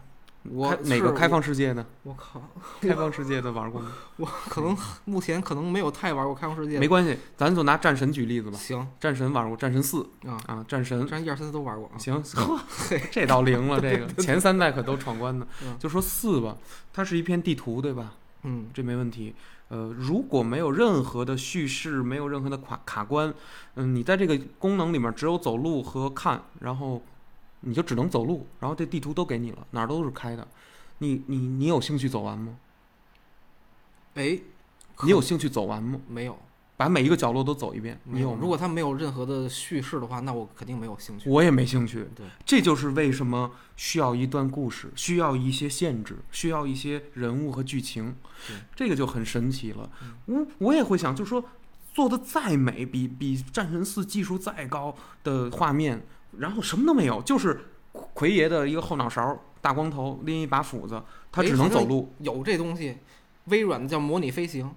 我开哪个是开放世界 的？我靠，开放世界的玩过吗？我可能目前可能没有太玩过开放世界。嗯没关系，咱就拿战神举例子吧。行战神玩过，战神四啊，啊，战神之前一二三四都玩过 啊。行，这倒灵 了，这个前三代可都闯关呢嗯。就说四吧，它是一片地图，对吧？嗯这没问题。呃，如果没有任何的叙事，没有任何的卡卡关，嗯，你在这个功能里面只有走路和看，然后你就只能走路，然后这地图都给你了，哪儿都是开的。你你你有兴趣走完吗？哎，可你有兴趣走完吗？没有？把每一个角落都走一遍，你没有。吗如果它没有任何的叙事的话，那我肯定没有兴趣。我也没兴趣。对，这就是为什么需要一段故事，需要一些限制，需要一些人物和剧情对，这个就很神奇了。嗯我我也会想，就是说做的再美，比比《战神四》技术再高的画面，然后什么都没有，就是奎爷的一个后脑勺，大光头，拎一把斧子，他哎只能好像走路。有这东西，微软的叫模拟飞行，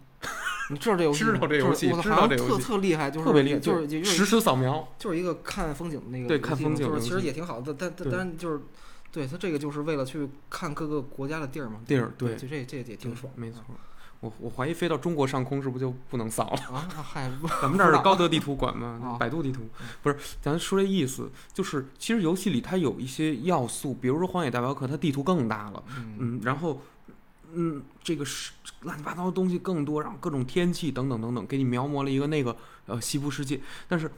你知道这游戏吗？知道这游戏就是我知操道好像这游特戏特厉害，就是特别厉害，就是对就是实时扫描，就是一个看风景的那个对游戏看风嘛景就游是其实戏也挺好的，但但对但就是，对它这个就是为了去看各个国家的地儿嘛，地儿对对，就这这也挺爽，没错。我我怀疑飞到中国上空是不是就不能扫了？啊，啊嗨，不咱们这儿是高德地图管嘛啊，百度地图不是？咱说这意思，就是其实游戏里它有一些要素，比如说《荒野大镖客》，它地图更大了，嗯嗯，然后嗯，这个是乱七八糟的东西更多，然后各种天气等等等等，给你描摹了一个那个呃西部世界。但是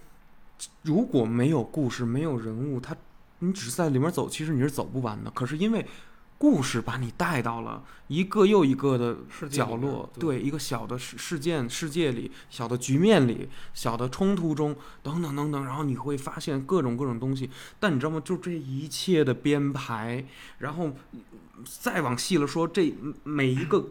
如果没有故事，没有人物，它你只是在里面走，其实你是走不完的。可是因为故事把你带到了一个又一个的世界角里面落，对对一个小的事事件、世界里、小的局面里、小的冲突中，等等等等，然后你会发现各种各种东西。但你知道吗？就这一切的编排，然后嗯再往细了说，这每一个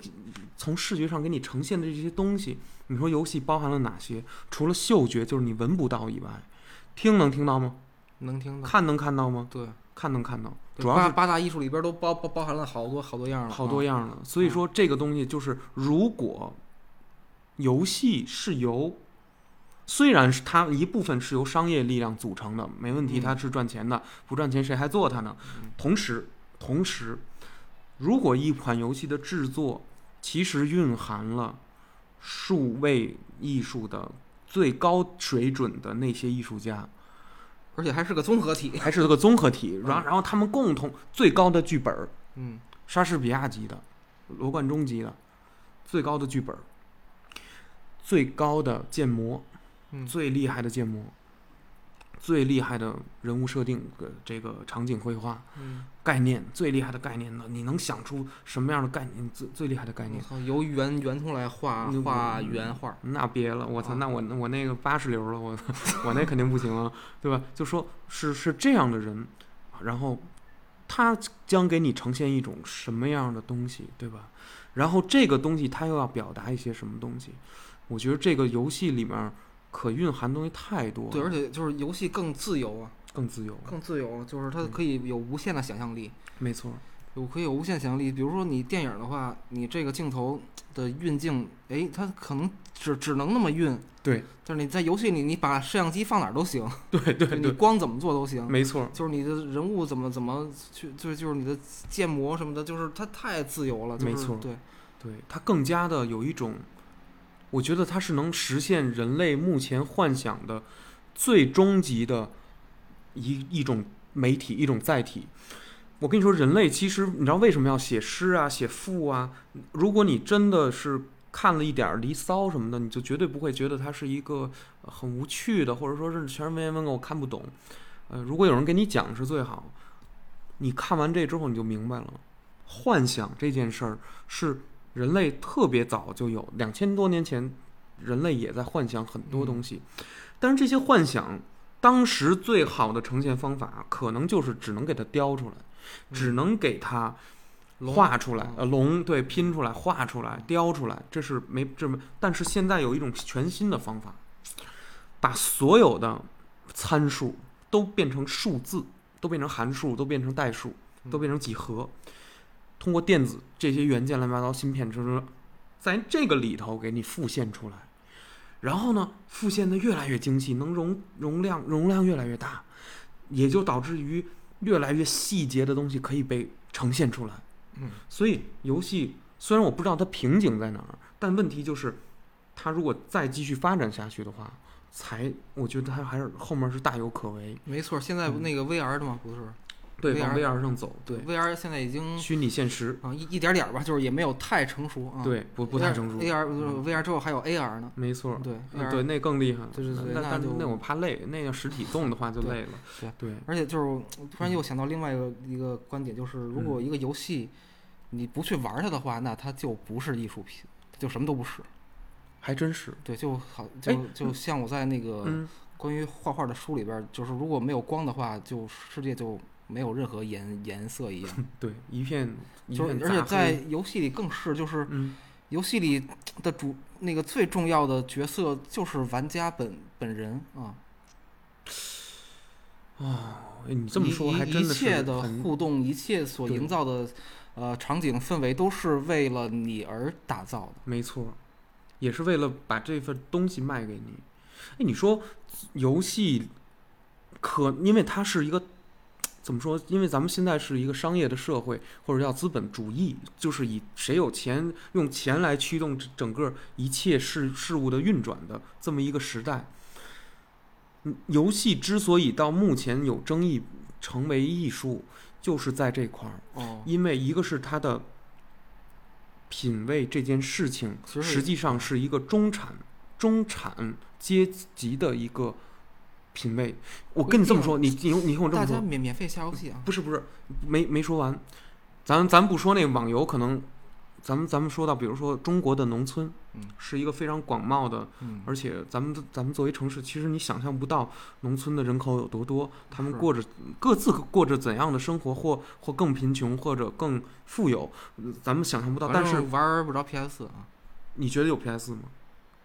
从视觉上给你呈现的这些东西，你说游戏包含了哪些？除了嗅觉，就是你闻不到以外，听能听到吗？ 能听到，看能看到吗？对，看能看到，对主要八啊是八大艺术里边都包包包含了好多好多样了，好多样，样了。所以嗯说这个东西就是，如果游戏是由虽然是它一部分是由商业力量组成的，没问题，嗯它是赚钱的，不赚钱谁还做它呢嗯？同时，同时，如果一款游戏的制作其实蕴含了数位艺术的最高水准的那些艺术家，而且还是个综合体，还是个综合体，然后然后他们共同最高的剧本，嗯，莎士比亚级的，罗贯中级的，最高的剧本，最高的建模，嗯最厉害的建模，最厉害的人物设定，呃这个场景绘画嗯，概念，最厉害的概念呢？你能想出什么样的概念？最最厉害的概我念？操，由圆圆通来画嗯画嗯原画，那别了，我操，啊那我我那个八十流了，我我那肯定不行啊，对吧？就说是是这样的人，然后他将给你呈现一种什么样的东西，对吧？然后这个东西他又要表达一些什么东西？我觉得这个游戏里面可蕴含东西太多了，对，而且就是游戏更自由啊，更自由了，更自由，就是它嗯可以有无限的想象力，没错，有可以有无限想象力。比如说你电影的话，你这个镜头的运镜，哎，它可能只只能那么运。对。但是你在游戏里，你把摄像机放哪儿都行，对对你 对，光怎么做都行。没错，就是你的人物怎么怎么去，就就是你的建模什么的，就是它太自由了。就是、没错对，对，它更加的有一种，我觉得它是能实现人类目前幻想的最终极的一一种媒体，一种载体。我跟你说，人类其实你知道为什么要写诗啊、写赋啊？如果你真的是看了一点儿《离骚》什么的，你就绝对不会觉得它是一个呃很无趣的，或者说是全是文言文我看不懂。呃，如果有人给你讲是最好。你看完这之后你就明白了，幻想这件事儿是人类特别早就有，两千多年前，人类也在幻想很多东西，但是这些幻想当时最好的呈现方法，可能就是只能给它雕出来，只能给它龙画出来嗯，呃，龙对拼出来、画出来、雕出来，这是没这没。但是现在有一种全新的方法，把所有的参数都变成数字，都变成函数，都变成代数，都变成几何，通过电子这些元件乱七八糟芯片，就是在这个里头给你复现出来。然后呢，复现的越来越精细，能容容量容量越来越大，也就导致于越来越细节的东西可以被呈现出来。嗯，所以游戏虽然我不知道它瓶颈在哪儿，但问题就是，它如果再继续发展下去的话，才我觉得它还是后面是大有可为。没错，现在不嗯那个 VR 的嘛，不是对，往 VR VR 上走，对， VR 现在已经虚拟现实，啊一一点点儿吧，就是也没有太成熟啊。对，不不太成熟， AR 不是嗯 VR 之后还有 AR 呢，没错。对嗯 AR 对，那更厉害。对对对那那但是就那我怕累，那要实体动的话就对累了。对对，而且就是我突嗯然又想到另外一个一个观点，就是如果一个游戏你不去玩它的话，那它就不是艺术品，它就什么都不是。还真是。对，就好就就像我在那个哎嗯，关于画画的书里边儿，就是如果没有光的话，就世界就没有任何颜颜色一样。嗯对，一片 一就片是杂黑。而且在游戏里更是，就是嗯，游戏里的主那个最重要的角色就是玩家本本人啊。哎你这么一说一还真一的切是的很互动，一切所对营造的呃场景氛围都是为了你而打造的。没错，也是为了把这份东西卖给你。哎，你说游戏可因为它是一个怎么说？因为咱们现在是一个商业的社会，或者叫资本主义，就是以谁有钱用钱来驱动整整个一切事事物的运转的这么一个时代。嗯游戏之所以到目前有争议，成为艺术，就是在这块儿。哦，因为一个是它的品味这件事情，其实实际上是一个中产中产阶级的一个品味。我跟你这么说，你你你听我这啊大么家说，免免费下游戏啊。不是不是，没没说完，咱咱不说那个网游，可能咱们咱们说到，比如说中国的农村，嗯是一个非常广袤的嗯，而且咱们咱们作为城市，其实你想象不到农村的人口有多多，他们是过着各自过着怎样的生活，或或更贫穷，或者更富有，呃咱们想象不到。但反是正玩不着 PS 啊，你觉得有 PS 吗？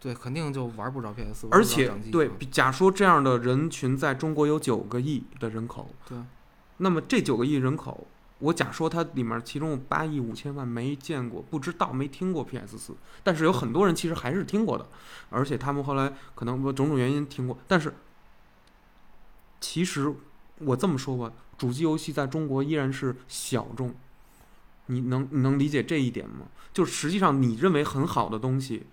对，肯定就玩不着 PS，而且玩不着掌机对啊，比假说这样的人群在中国有九个亿的人口，对，那么这九个亿人口，我假说它里面其中八亿五千万没见过、不知道、没听过 PS 四，但是有很多人其实还是听过的，而且他们后来可能种种原因听过，但是其实我这么说吧，主机游戏在中国依然是小众。你能你能理解这一点吗？就是实际上你认为很好的东西，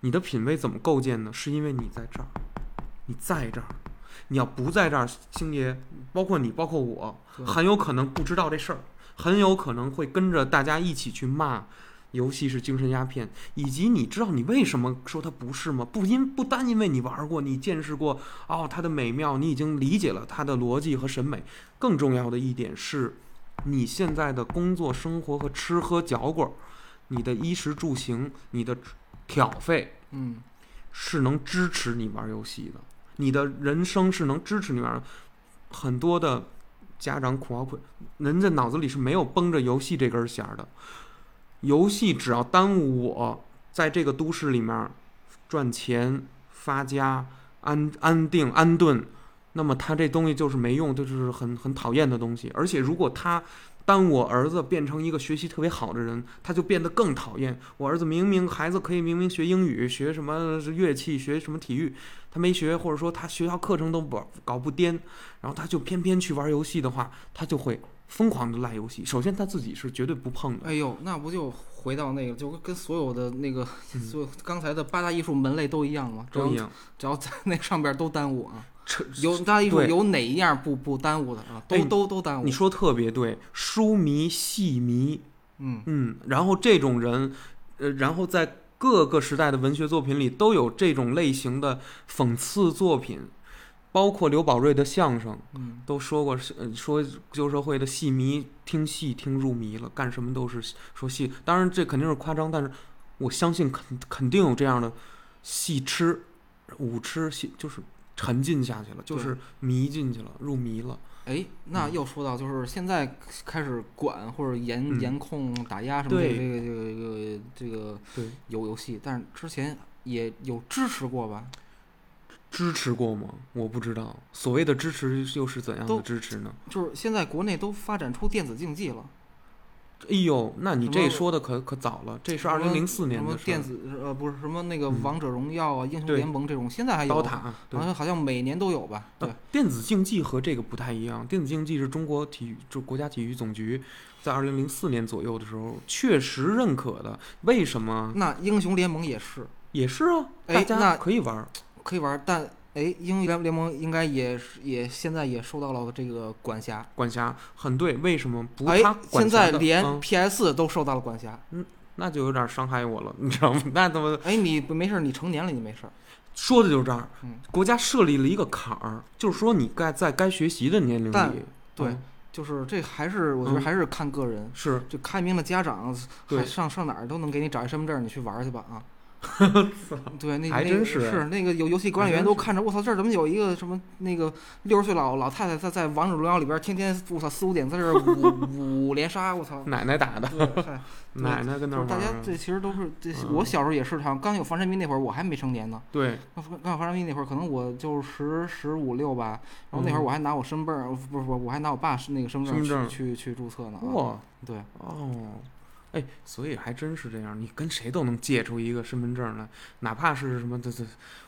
你的品味怎么构建呢？是因为你在这儿，你在这儿，你要不在这儿，星爷，包括你，包括我，对很有可能不知道这事儿，很有可能会跟着大家一起去骂游戏是精神鸦片，以及你知道你为什么说它不是吗？不因不单因为你玩过，你见识过哦它的美妙，你已经理解了它的逻辑和审美。更重要的一点是，你现在的工作、生活和吃喝嚼棍儿，你的衣食住行，你的挑费，嗯，是能支持你玩游戏的，你的人生是能支持你玩儿。很多的家长苦熬苦，人家脑子里是没有绷着游戏这根弦儿的。游戏只要耽误我在这个都市里面儿赚钱、发家、安安定、安顿，那么他这东西就是没用，就是很很讨厌的东西。而且如果他耽误我儿子变成一个学习特别好的人，他就变得更讨厌。我儿子明明孩子可以明明学英语、学什么乐器、学什么体育，他没学，或者说他学校课程都不搞不颠，然后他就偏偏去玩游戏的话，他就会疯狂的赖游戏。首先他自己是绝对不碰的，哎呦，那不就回到那个，就跟所有的那个，所有刚才的八大艺术门类都一样吗？只要嗯都一样。只要在那上边都耽误啊，这有八大艺术对有哪一样不不耽误的啊？哎都你都都耽误你。说特别对，书迷、戏迷，嗯，嗯，然后这种人，呃，然后在各个时代的文学作品里都有这种类型的讽刺作品，包括刘宝瑞的相声嗯，都说过，呃说旧社会的戏迷听戏听入迷了，干什么都是说戏。当然这肯定是夸张，但是我相信肯肯定有这样的戏痴、舞痴、戏就是沉浸下去了，就是迷进去了，入迷了。哎，那嗯又说到就是现在开始管或者严嗯严控打压什么这个对这个这个这个这个对，游游戏，但是之前也有支持过吧？支持过吗？我不知道，所谓的支持又是怎样都的支持呢？就是现在国内都发展出电子竞技了，哎呦，那你什这么说的可可早了，这是什二么零零四年什么的事电儿。子呃不是什么那个嗯王者荣耀啊、英雄对联盟这种，现在还有刀啊，塔，对好，像好像每年都有吧？对呃，电子竞技和这个不太一样。电子竞技是中国体育，就国家体育总局在二零零四年左右的时候确实认可的。为什么？那英雄联盟也是也是啊，哎大那家可以玩儿。可以玩，但哎，英雄联联盟应该也是也现在也受到了这个管辖。管辖很对，为什么不哎他，管现辖在的连嗯 PS 都受到了管辖。那就有点伤害我了，你知道吗？那他妈哎，你不没事儿，你成年了，你没事儿。说的就是这儿嗯。国家设立了一个坎儿，就是说你该在该学习的年龄但里，对嗯就是这还是我觉得嗯还是看个人，是就开明的家长还对上上哪儿都能给你找一身份证儿，你去玩儿去吧 啊。对，那还那真个是啊是那个游游戏管理还真员都是。看着，我操，这儿怎么有一个什么那个六十岁老老太太在在王者荣耀里边儿天天我操四五点在这儿五 五连杀，我操奶奶打的，对，嗨对奶奶跟嗯 那儿就是玩大儿家啊。这其实都是这，嗯我小时候也是，好像刚有防晒兵那会儿，我还没成年呢。对，刚刚发生病那会儿，可能我就十十五六吧，然后那会儿嗯我还拿我身份证儿，不是不是，我还拿我爸是那个身份身份证儿证去去去注册呢。啊，哇对，哦，哎，所以还真是这样，你跟谁都能借出一个身份证来，哪怕是什么这这，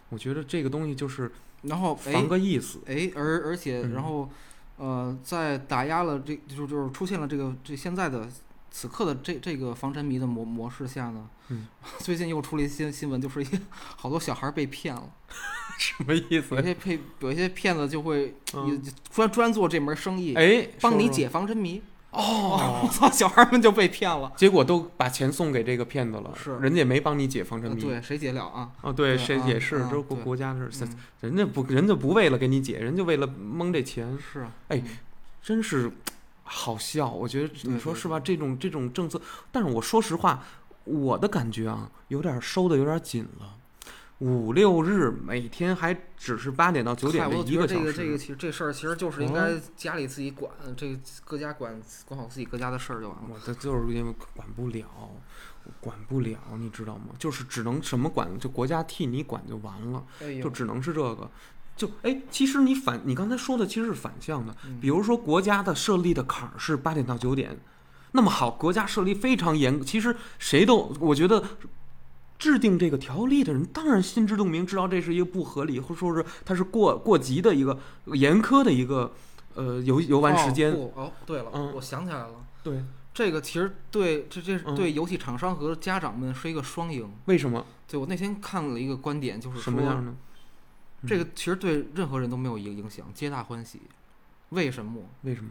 我觉得这个东西就是然后哎防个意思。哎，而而且嗯然后，呃，在打压了这就是就是出现了这个这现在的此刻的这这个防沉迷的模模式下呢嗯， 最近又出了一新新闻，就是一好多小孩儿被骗了， 什么意思有？些骗有一些骗子就会嗯也专专做这门生意，哎，帮你说说解防沉迷。 我哦。操，小孩儿们就被骗了。结果都把钱送给这个骗子了，是人家也没帮你解防呃沉迷。对，谁解了啊？哦，对，对谁啊也是，啊都是国对国家的事，嗯人家不，人家不为了给你解，人家为了蒙这钱，是啊，哎嗯，真是好笑。我觉得对你说对是吧？这种这种政策，但是我说实话，我的感觉啊，有点收的有点紧了。五六日每天还只是八点到九点嗨的我一觉得小这时，个这个其实这事儿其实就是应嗯该家里自己管，这个各家管管好自己各家的事儿就完了。我这就是因为管不了，管不了，你知道吗？就是只能什么管，就国家替你管就完了，哎就呦，只能是这个。就哎，其实你反，你刚才说的其实是反向的。嗯比如说国家的设立的坎儿是八点到九点，那么好，国家设立非常严格，其实谁都我觉得。制定这个条例的人当然心知肚明，知道这是一个不合理，或者说是它是过过急的一个严苛的一个呃游游玩时间。哦不哦，对了，嗯我想起来了，对，这个其实对这这嗯对游戏厂商和家长们是一个双赢。为什么？对我那天看了一个观点，就是什么样说呢？嗯这个其实对任何人都没有影影响，皆大欢喜。为什么？为什么？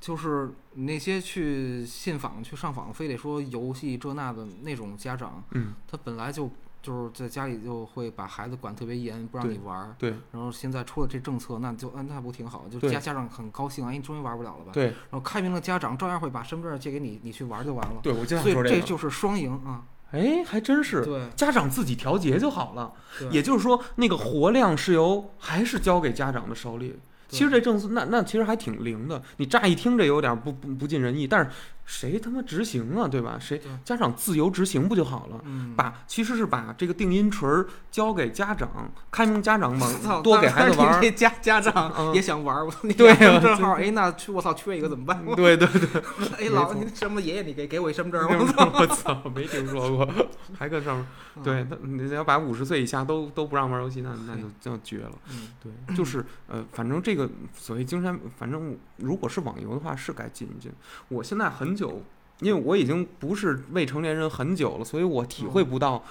就是那些去信访、去上访，非得说游戏这那的那种家长，嗯，他本来就就是在家里就会把孩子管特别严，不让对你玩儿。对然后现在出了这政策，那就嗯，那不挺好？就对家家长很高兴，哎，你终于玩不了了吧？对然后开明的家长照样会把身份证借给你，你去玩就完了。对，我就想所以说这个。就是双赢啊！哎，还真是，对，家长自己调节就好了。对也就是说，那个活量是由还是交给家长的手里。其实这政策，那那其实还挺灵的。你乍一听这有点不不不尽人意，但是谁他妈执行啊，对吧？谁对家长自由执行不就好了？嗯，把其实是把这个定音锤儿交给家长，开明家长操，往多给孩子玩当 时儿。你这家家长嗯也想玩儿，我操，你对俩啊身份证号，哎，那去我操，缺一个怎 么办？对对对，哎，老没错你什么爷爷，你给给我一身份证儿，我操， 我操，没听说过，还搁上面。嗯对，那你要把五十岁以下都都不让玩游戏，那那就就绝了。嗯，对，就是呃，反正这个所谓金山，反正如果是网游的话，是该进一进。我现在很久，因为我已经不是未成年人很久了，所以我体会嗯不到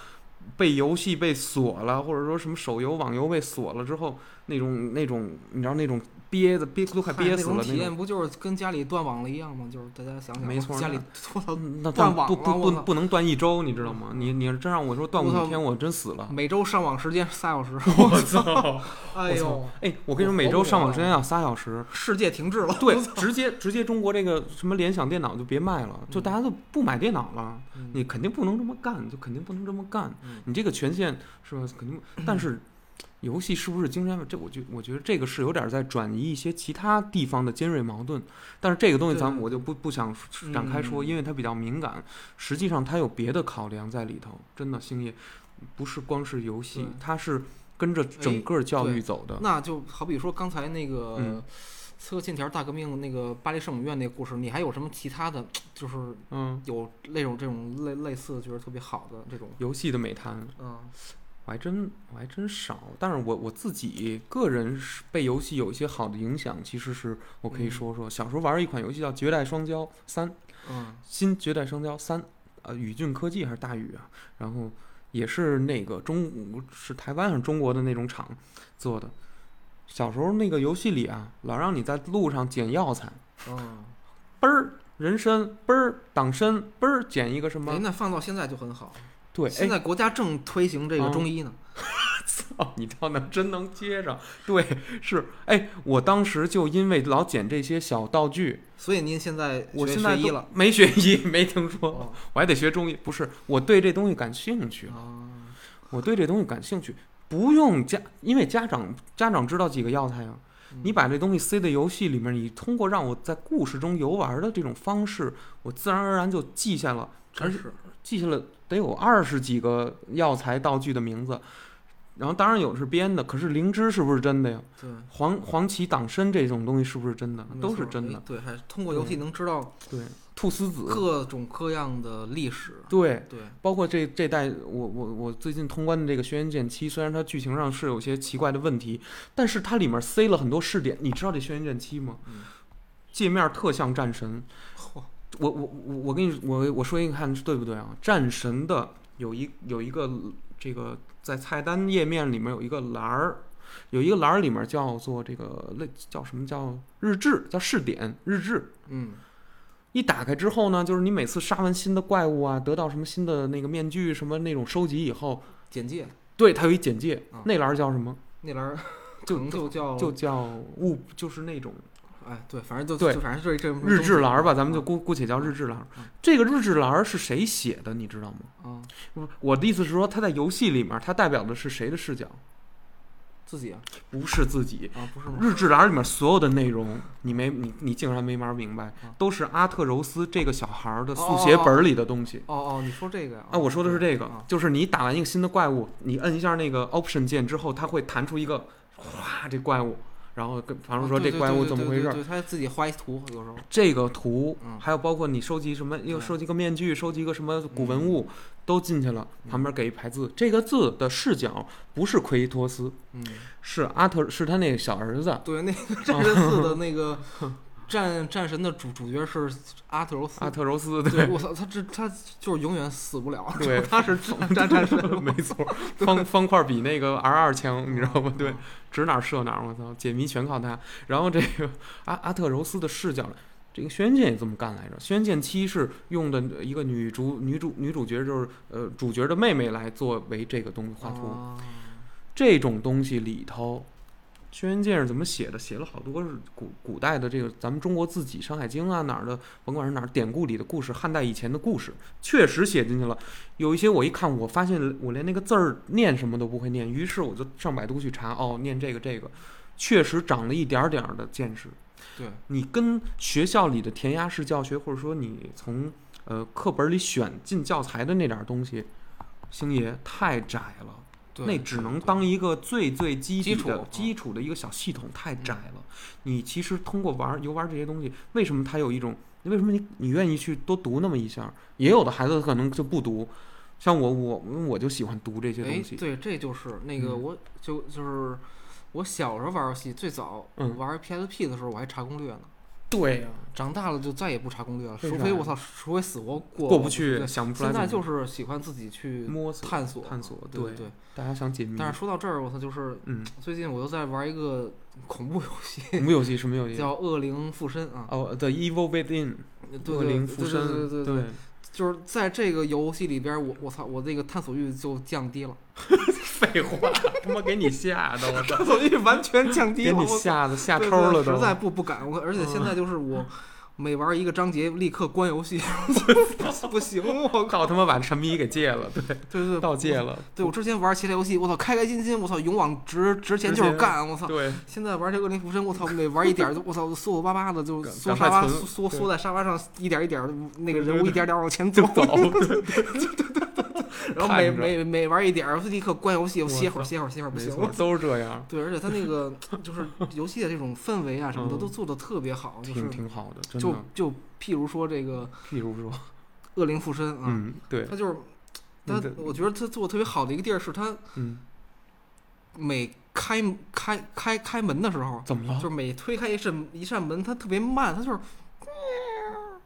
被游戏被锁了，或者说什么手游、网游被锁了之后那种那种，你知道那种憋的憋都快嗨憋死那了种体那验种。不就是跟家里断网了一样吗？就是大家想想，没错家里那我操，那断断网不了不不我操不能断一周，你知道吗？你你真让我说断我操五天，我真死了。每周上网时间仨 小时，我操！哎呦，哎，我跟你说，每周上网时间要仨小时，世界停滞了。 对，直接直接中国这个什么联想电脑就别卖了，就大家都不买电脑了，嗯你肯定不能这么干，就肯定不能这么干，嗯 你这个权限是吧？肯定不，但是游戏是不是精神？这我觉我觉得这个是有点在转移一些其他地方的尖锐矛盾，但是这个东西咱们对我就不不想展开说，嗯因为它比较敏感。实际上它有别的考量在里头，真的星爷不是光是游戏对，哎它是跟着整个教育走的。那就好比说刚才那个嗯《刺客信条：大革命》那个巴黎圣母院那个故事，你还有什么其他的？就是嗯，有那种这种类类似觉得特别好的这种，游戏的美谈嗯，我还真我还真少，但是我我自己个人是被游戏有一些好的影响，其实是我可以嗯说说，小时候玩儿一款游戏叫《绝代双骄三》，嗯新《绝代双骄三》，呃，宇峻科技还是大宇啊，然后也是那个中是台湾还是中国的那种厂做的。小时候那个游戏里啊，老让你在路上捡药材，嗯，嘣儿人参，嘣儿挡参，嘣儿捡一个什哎，么？那放到现在就很好。对，嗯现哎，在国家正推行这个中医呢。 哦，你倒能真能接上，对，是，哎，我当时就因为老捡这些小道具，所以您现在学我现在学医都了，没学医，没听说，哦我还得学中医，不是，我对这东西感兴趣，啊，我对这东西感兴趣，不用家，因为家长家长知道几个药材嗯啊，你把这东西塞到游戏里面，你通过让我在故事中游玩的这种方式，我自然而然就记下了，而真且是记下了得有二十几个药材道具的名字，然后当然有是编的，可是灵芝是不是真的呀？对，黄黄芪、党参这种东西是不是真的？没嗯都错是真的嗯哎。对，还通过游戏能知道对，菟丝子，各种各样的历史。对，对，包括这这代我我我最近通关的这个《轩辕剑七》，虽然它剧情上是有些奇怪的问题，但是它里面塞了很多试点。你知道这《轩辕剑七》吗？嗯界面特像战神。嚯，我我我我跟你我我说一个看对不对啊？战神的有一有一个这个在菜单页面里面有一个栏儿，有一个栏儿里面叫做这个类叫什么叫日志叫试点日志。嗯，一打开之后呢，就是你每次杀完新的怪物啊，得到什么新的那个面具什么那种收集以后，简介对它有一简介嗯，那栏儿叫什么？那栏儿 就可能就叫就叫物，就是那种哎，对，反正就对就反正这这日志栏儿吧，咱们就就姑姑且叫日志栏儿嗯。这个日志栏儿是谁写的，你知道吗？啊不是我的意思是说，它在游戏里面，它代表的是谁的视角？自己啊不是自己。啊不是吗？日志栏儿里面所有的内容，你没你你竟然没玩明白嗯，都是阿特柔斯这个小孩儿的哦速哦写哦本儿里的东西。哦哦，你说这个呀？啊，我说的是这个啊，就是你打完一个新的怪物，你摁一下那个 Option 键之后，它会弹出一个哗，这怪物，然后跟啊旁边说对这对怪对物对怎么对回对事儿，对，他自己画一图，有时候这个图嗯，还有包括你收集什么，又对收集个面具，收集个什么古文嗯物，都进去了，旁边给一排字，这个字的视角不是奎伊托斯， 嗯，是阿特，是他那个小儿子。对，那哦个战神 四的那个战战神的主主角是阿特柔斯阿，特柔斯，对我操，他这他就是永远死不了，对他 是战战神 没错，方方块比那个 R 二 强，你知道吗嗯？ 对，嗯指哪儿射哪儿，我操，解谜全靠他。然后这个阿阿特柔斯的视角，这个《轩辕剑》也这么干来着，《轩辕剑七》是用的一个女主女主女主角就是呃主角的妹妹来作为这个东西画图，啊这种东西里头。《轩辕剑》是怎么写的？写了好多是古古代的这个咱们中国自己《山海经》啊哪儿的，甭管是哪儿典故里的故事，汉代以前的故事，确实写进去了。有一些我一看，我发现我连那个字儿念什么都不会念，于是我就上百度去查，哦，念这个这个，确实长了一点儿点儿的见识。对，你跟学校里的填鸭式教学，或者说你从呃课本里选进教材的那点儿东西，星爷太窄了。对那只能对当一个最最基底基础嗯的啊基础的一个小系统，太窄了。你其实通过玩儿游玩儿这些东西，为什么它有一种？为什么你你愿意去多读那么一下儿？也有的孩子可能就不读，像我我我就喜欢读这些哎东，西。对，这就是那个，嗯我就就是我小时候玩游戏，最早嗯玩 PSP 的时候，我还查攻略呢。对啊呀、长大了就再也不查攻略了，为除啥非呀我操，除非死活过过不不去，对想不出来怎现在么做。就是喜欢自己去摸索探索探索对对嗯对。大家想解谜。但是说到这儿，我操，就是 嗯，最近我又在玩一个恐怖游恐戏，怖游戏什么游戏？叫《恶灵附身》啊。哦，《The Evil Within》对恶对灵对附对身，对对对，就是在这个游戏里边儿，我我操，我这个探索欲就降低了， 废话，他妈给你吓的，我操，探索欲完全降低给了，你我吓得吓 对抽对了都。嗯实在不不敢。我而且现在就是我，每玩一个章节立刻关游戏， 不行，我靠他妈把沉迷给戒 了，对，对对盗戒 了，对我之前玩其他游戏，我操，开开心心，我操，勇往直直前就是干，我操。对，现在玩这恶灵附身，我操，每玩一点儿就我操缩我巴巴的，就赶缩赶快沙发，存缩对缩在沙发上，一点儿一点儿那对个人对物一点儿点儿往前走就，走， 对然后每看着每每玩一点儿立刻关游戏，我我歇会儿操歇会儿歇会儿不没行，错，都是这样，对，而且他那个就是游戏的这种氛围啊什么的嗯都做的特别好，就挺是挺好的，真就的。就譬如说这个譬如说，恶灵附身啊，嗯，对，他就是他你的，我觉得他做的特别好的一个地儿是他嗯，每开开开开门的时候，怎么就了？是每推开一扇一扇门，他特别慢，他就是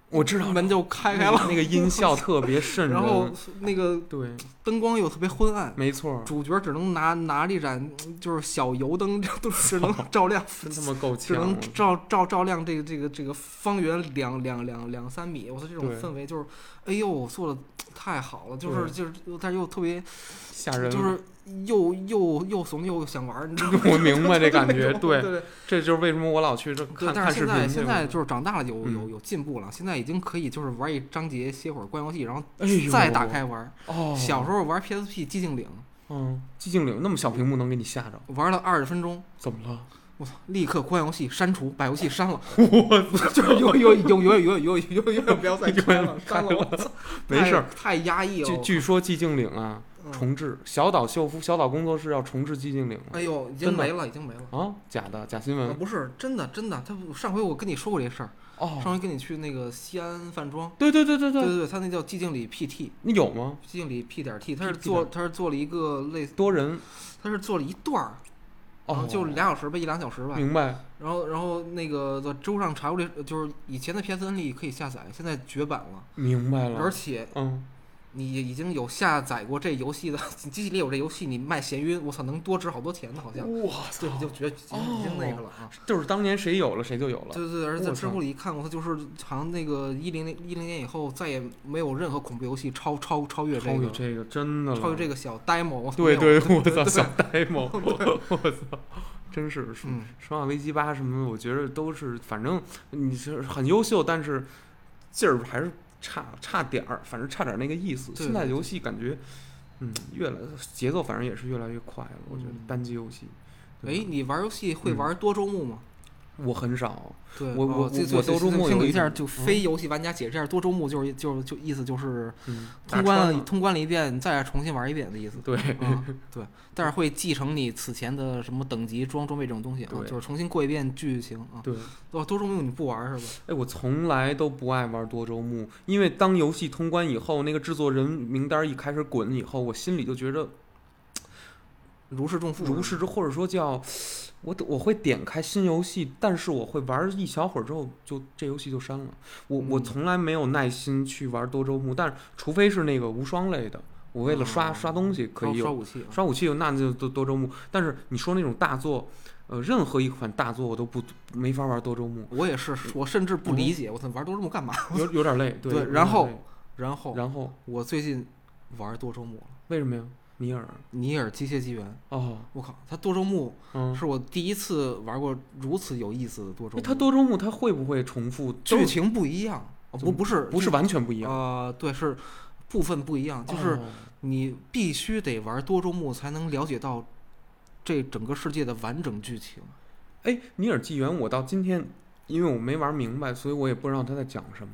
我知道门就开 开了，那个音效嗯特别瘆人，然后那个对，灯光又特别昏暗。没错，主角只能拿拿着一盏就是小油灯， 就都只能照亮真他妈够只呛能，照照照亮这个这个这个方圆两两两两三米，我操，这种对氛围就是，哎呦，做的太好了，就是就是，但是又特别，吓人。就是又又又怂又想玩儿，你知道吗？我明白这 感那 觉，种对，对这就是为什么我老去这看对，看但是视现在频去。现在就是长大了，有有嗯有进步了，现在已经可以就是玩一章节歇会儿关游戏，然后哎呦再打开玩儿。哦，小时候玩 PSP 寂静岭，嗯，寂静岭那么小屏幕能给你吓着，玩了二十分钟。怎么了？我操！立刻关游戏，删除，把游戏 删了。我就是永永永永远永远永远永远不要再开了，删了。我操！ 没事儿，太，太压抑了。据据说寂静岭啊嗯重置，小岛秀夫小岛工作室要重置寂静岭了哎呦，已经真的没了，已经没了。啊？假的假新啊闻不是真的，真的，他上回我跟你说过这事儿，上哦？回跟你去那个西安饭庄，对对对对对对，对对，他那叫寂静里 PT，你有吗？寂静里 P 点 T，他是 P- 做他是做了一个类似，多人他是做了一段儿，然后哦，嗯就俩小时吧，一两小时吧，明白然后然后那个在周上查过这，就是以前的 PSN 里可以下载，现在绝版了，明白而了，且嗯，你已经有下载过这游戏的， 你机器里有这游戏，你卖闲鱼，我操，能多值好多钱呢，好像。我对，操就，觉得已经已经那个了啊！哦就是当年谁有了谁就有了，对对，对而且在我知操乎里一看，我操，就是好像那个一零一零年以后，再也没有任何恐怖游戏超超超越超这越个这个真的了，超越这个小 demo 我操。对没有 对，我操，小呆萌，我操，真是《嗯，生化危机八》什么的，我觉得都是，反正你是很优秀，但是劲儿还是差差点儿，反正差点儿那个意思。对现在对游戏感觉，嗯，越来节奏反正也是越来越快了，我觉得嗯单机游戏。对哎，吧，你玩游戏会嗯玩多周目吗？我很少，对，我哦我最我最我最多周最末听有了一一下，种就嗯非游戏玩家解释一下，多周目就是就是就意思就是嗯，通打关穿了了通关了一遍，再重新玩一遍的意思。对，啊，对，但是会继承你此前的什么等级、装装备这种东西啊，对就是重新过一遍剧情啊。对，哦，多周目你不玩是吧？哎，我从来都不爱玩多周目，因为当游戏通关以后，那个制作人名单一开始滚以后，我心里就觉着如释重负，如是，或者说叫我我会点开新游戏，但是我会玩一小会儿之后就这游戏就删了。我我嗯从来没有耐心去玩多周目，但是除非是那个无双类的，我为了刷、哦刷东西可刷以刷有武器啊。刷武器有，那就多多周目。但是你说那种大作，呃，任何一款大作我都不没法玩多周目，我也是，我甚至不理解，我操，玩多周目干嘛？有有点累。 对有点然后哦累然后然后我最近玩多周目了，为什么呀？尼尔尼尔：机械纪元。哦，我靠，它多周目嗯，是我第一次玩过如此有意思的多周哎目。它多周目它会不会重复？剧都情不一样，怎哦不么不是不是完全不一样，呃，对，是部分不一样，就是哦你必须得玩多周目才能了解到这整个世界的完整剧情。哎，尼尔纪元，我到今天因为我没玩明白，所以我也不知道他在讲什么，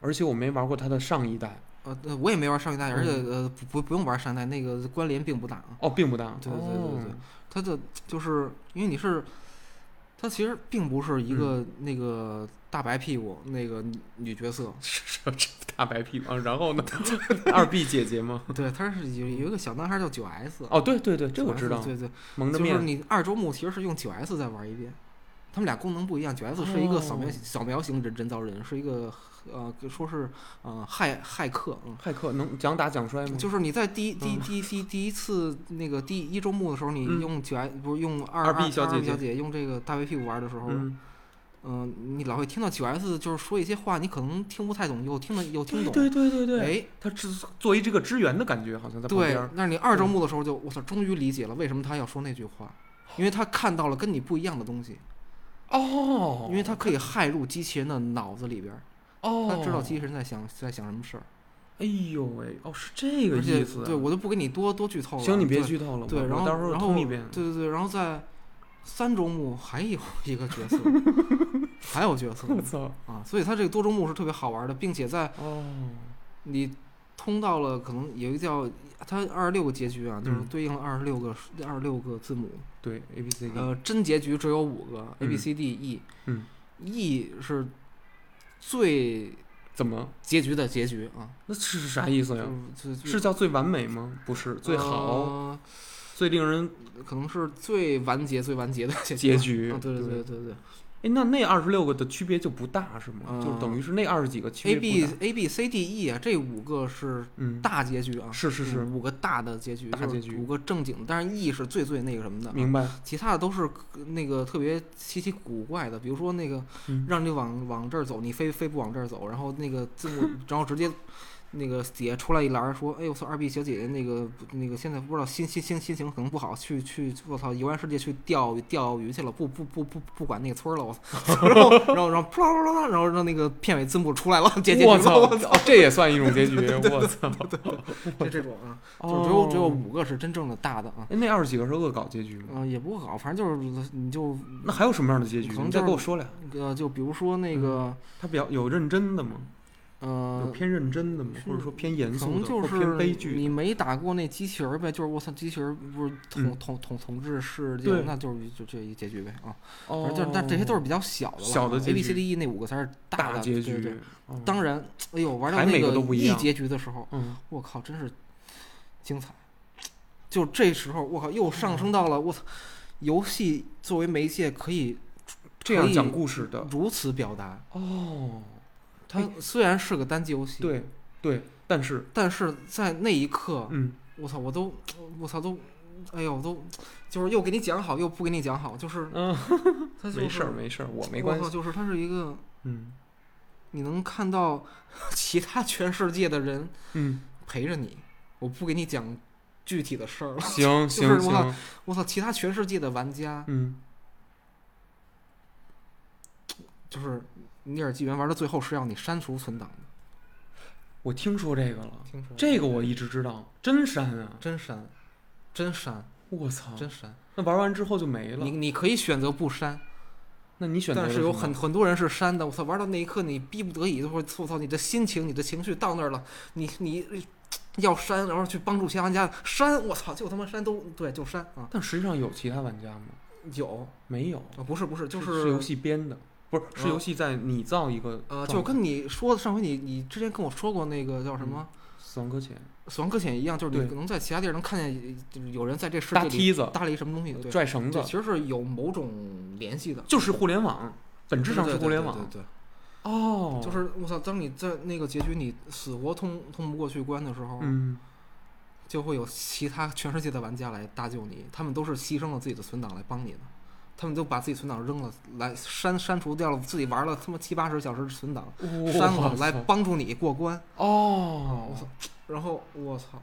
而且我没玩过他的上一代，呃，对我也没玩上一代，而且嗯呃不不不用玩上一代，那个关联并不大啊。哦，并不大，对对对对对 哦，它的就是因为你是，它其实并不是一个嗯那个大白屁股那个女女角色，大白屁啊，然后呢， 二 B 姐姐吗？对，它是有有一个小男孩叫九 S，啊哦，对对对，这我知 9S 道，对对，蒙着就是面，你二周目其实是用九 S 再玩一遍，他们俩功能不一样。九 S 是一个扫描、哦扫描型人人造人，是一个呃可说是呃骇骇客，嗯，骇客能讲打讲摔吗？就是你在第一第一嗯第一第一第一次那个第一周目的时候，你嗯用九 S 不是用二二 B 小小姐姐姐用这个大白屁股玩的时候，嗯、嗯，你老会听到九 S 就是说一些话，你可能听不太懂，又听得又听对懂，对对对对，哎。他制作为这个支援的感觉，好像在旁对边儿，，嗯那你二周目的时候就我操，终于理解了为什么他要说那句话，因为他看到了跟你不一样的东西。哦因为它可以骇入机器人的脑子里边儿，哦，它知道机器人在想在想什么事儿。哎呦喂，哦，是这个而且意思啊。对我就不给你多多剧透了。行，你别对剧透了，对，我然我后到时候然后通一遍。对对 对，然后在三周目还有一个 角色，还有角色我操！啊，所以它这个多周目是特别好玩的，并且在哦，你通到了可能有一个叫它二十六个结局啊，就是嗯对应了二十六个二十六个字母，对，A B C D，呃，真结局只有五个嗯 A B C D E，嗯，E 是最怎么？结局的结局啊，那是是啥意思呀？就是最啊是叫最完美吗？不是，最好、呃最令人可能是最完结、最完结的结局吧。结局。啊，对对对对。对对哎，那那二十六个的区别就不大是吗？就呃等于是那二十几个区，A 别 B 不大。 A B C D E 啊，这五个是嗯，大结局啊，是是是，五个大的结局，大就结是局五个正经的，但是 E 是最最那个什么的啊，明白。其他的都是呃那个特别稀奇古怪的，比如说那个嗯让你往往这儿走，你非非不往这儿走，然后那个字幕，然后直接。那个底下出来一栏儿说：“哎呦，我操，二 B 小姐姐，那个不那个现在不知道心心心心情可能不好，去去我操，游玩世界去钓鱼钓鱼去了，不不不不不管那个村儿了，我 操。”然后然后然后啪啦啪啦啪啦，然后让那个片尾字幕出来了，结结局我了，操！我哦这也算一种 结局。我操！就这种 啊，就只有哦，只有五个是真正的大的啊，哎那二十几个是恶搞结局吗？嗯、也不好，反正就是你就那还有什么样的结局？嗯可能你再就给是我说俩。呃，就比如说那个，他比较有认真的吗？有呃，偏认真的吗？或者说偏严可肃能的，就或是偏悲剧你的？没打过那机器人儿呗，就是我操，机器人儿不是统嗯统统统治世界对，那就是就这一结局呗啊。反哦正，就是，但这些都是比较小的了啊，小的结 A B C 局 D E 那五个才是大的结对对局。哦当，然，哎呦，玩到还那每个都不一 E 样结局的时候，嗯，我靠，真是精彩！就这时候，我靠，又上嗯升到了我操，游戏作为媒介可以这样讲故事的如此表达。哦，它虽然是个单机游戏，对对，但是但是在那一刻，嗯，我操，我都，我操，都，哎呦，我都，就是又给你讲好，又不给你讲好，就是，嗯它就是、没事儿没事儿，我没关我操，系，就是它是一个嗯你能看到 其他全世界的人嗯，陪着你，我不给你讲具体的事儿了，行行嗯我靠行，我操，其他全世界的玩家嗯，就是《尼尔纪元》玩到最后是要你删除存档的，我听说这个了，听说这个我一直知道，真删啊，真删，真删，我操，真删，那玩完之后就没你了，你可以选择不删。那你选择但了是什有么很很多人是删的，我操，玩到那一刻你逼不得已，或者我操，你的心情、你的情绪到那儿了，你你呃要删，然后去帮助其他玩家删，我操，就他妈删都对，就删啊，但实际上有其他玩家吗？有没有，啊，不是不是，就是游戏编的，不是是啊游戏在拟造一个呃，就状态跟你说的上回你你之前跟我说过那个叫什么死亡搁浅， 《死亡搁浅》一样，就是你嗯对可能在其他地儿能看见呃就是有人在这世搭界里梯子、搭了一什么东西，对，拽绳对，子其，实是有某种联系的，就是互联网，本质上对是对互联对对网。对对哦，就是我操，当你在那个结局你死活通通不过去关的时候，嗯，就会有其他全世界的玩家来搭救你，他们都是牺牲了自己的存档来帮你的，他们都把自己存档扔了，来删删除掉了自己玩了他妈七八十小时的存档，删哇了来塞帮助你过关。哦我操，然后我操，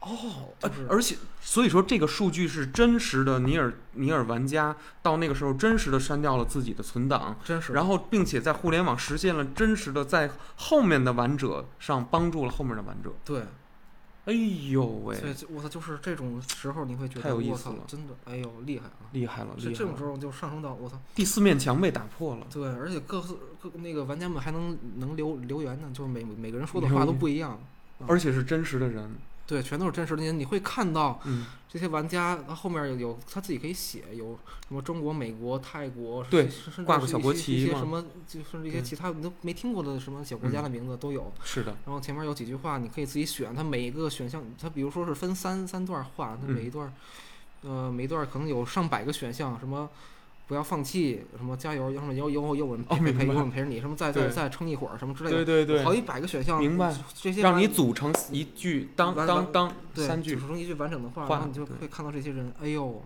哦，就是而且所以说这个数据是真实的，尼尔尼尔玩家到那个时候真实的删掉了自己的存档，真是，然后并且在互联网实现了真实的在后面的玩者上帮助了后面的玩者。对，哎呦所以喂，就我操，就是这种时候你会觉太得有意我思操了，真的，哎呦厉害啊！厉害了，这厉害这种时了！候就上升到我操，第四面墙被打破了。对，而且各自各那个玩家们还能能留留言呢，就是每每个人说的留话都言不一样，而且是真实的人，对，全都是真实的，你你会看到。嗯，这些玩家，他后面有有他自己可以写，有什么中国、美国、泰国，对甚甚至挂个是小一国些旗一些嘛什么，就是一些对嗯其他你都没听过的什么小国家的名字都有。是的，然后前面有几句话，你可以自己选，它每一个选项，它比如说是分三三段话，它嗯每一段，呃，每一段可能有上百个选项，什么。不要放弃，什么加油，要什么有有有我们哦陪明陪白陪有我们陪着你，什么再再对再撑一会儿，什么之类对的，对好对，几百个选项，明白这些让玩你组成一句当完当完当对，三组句，成一句完整的话，话然后你就对会看到这些人，哎呦，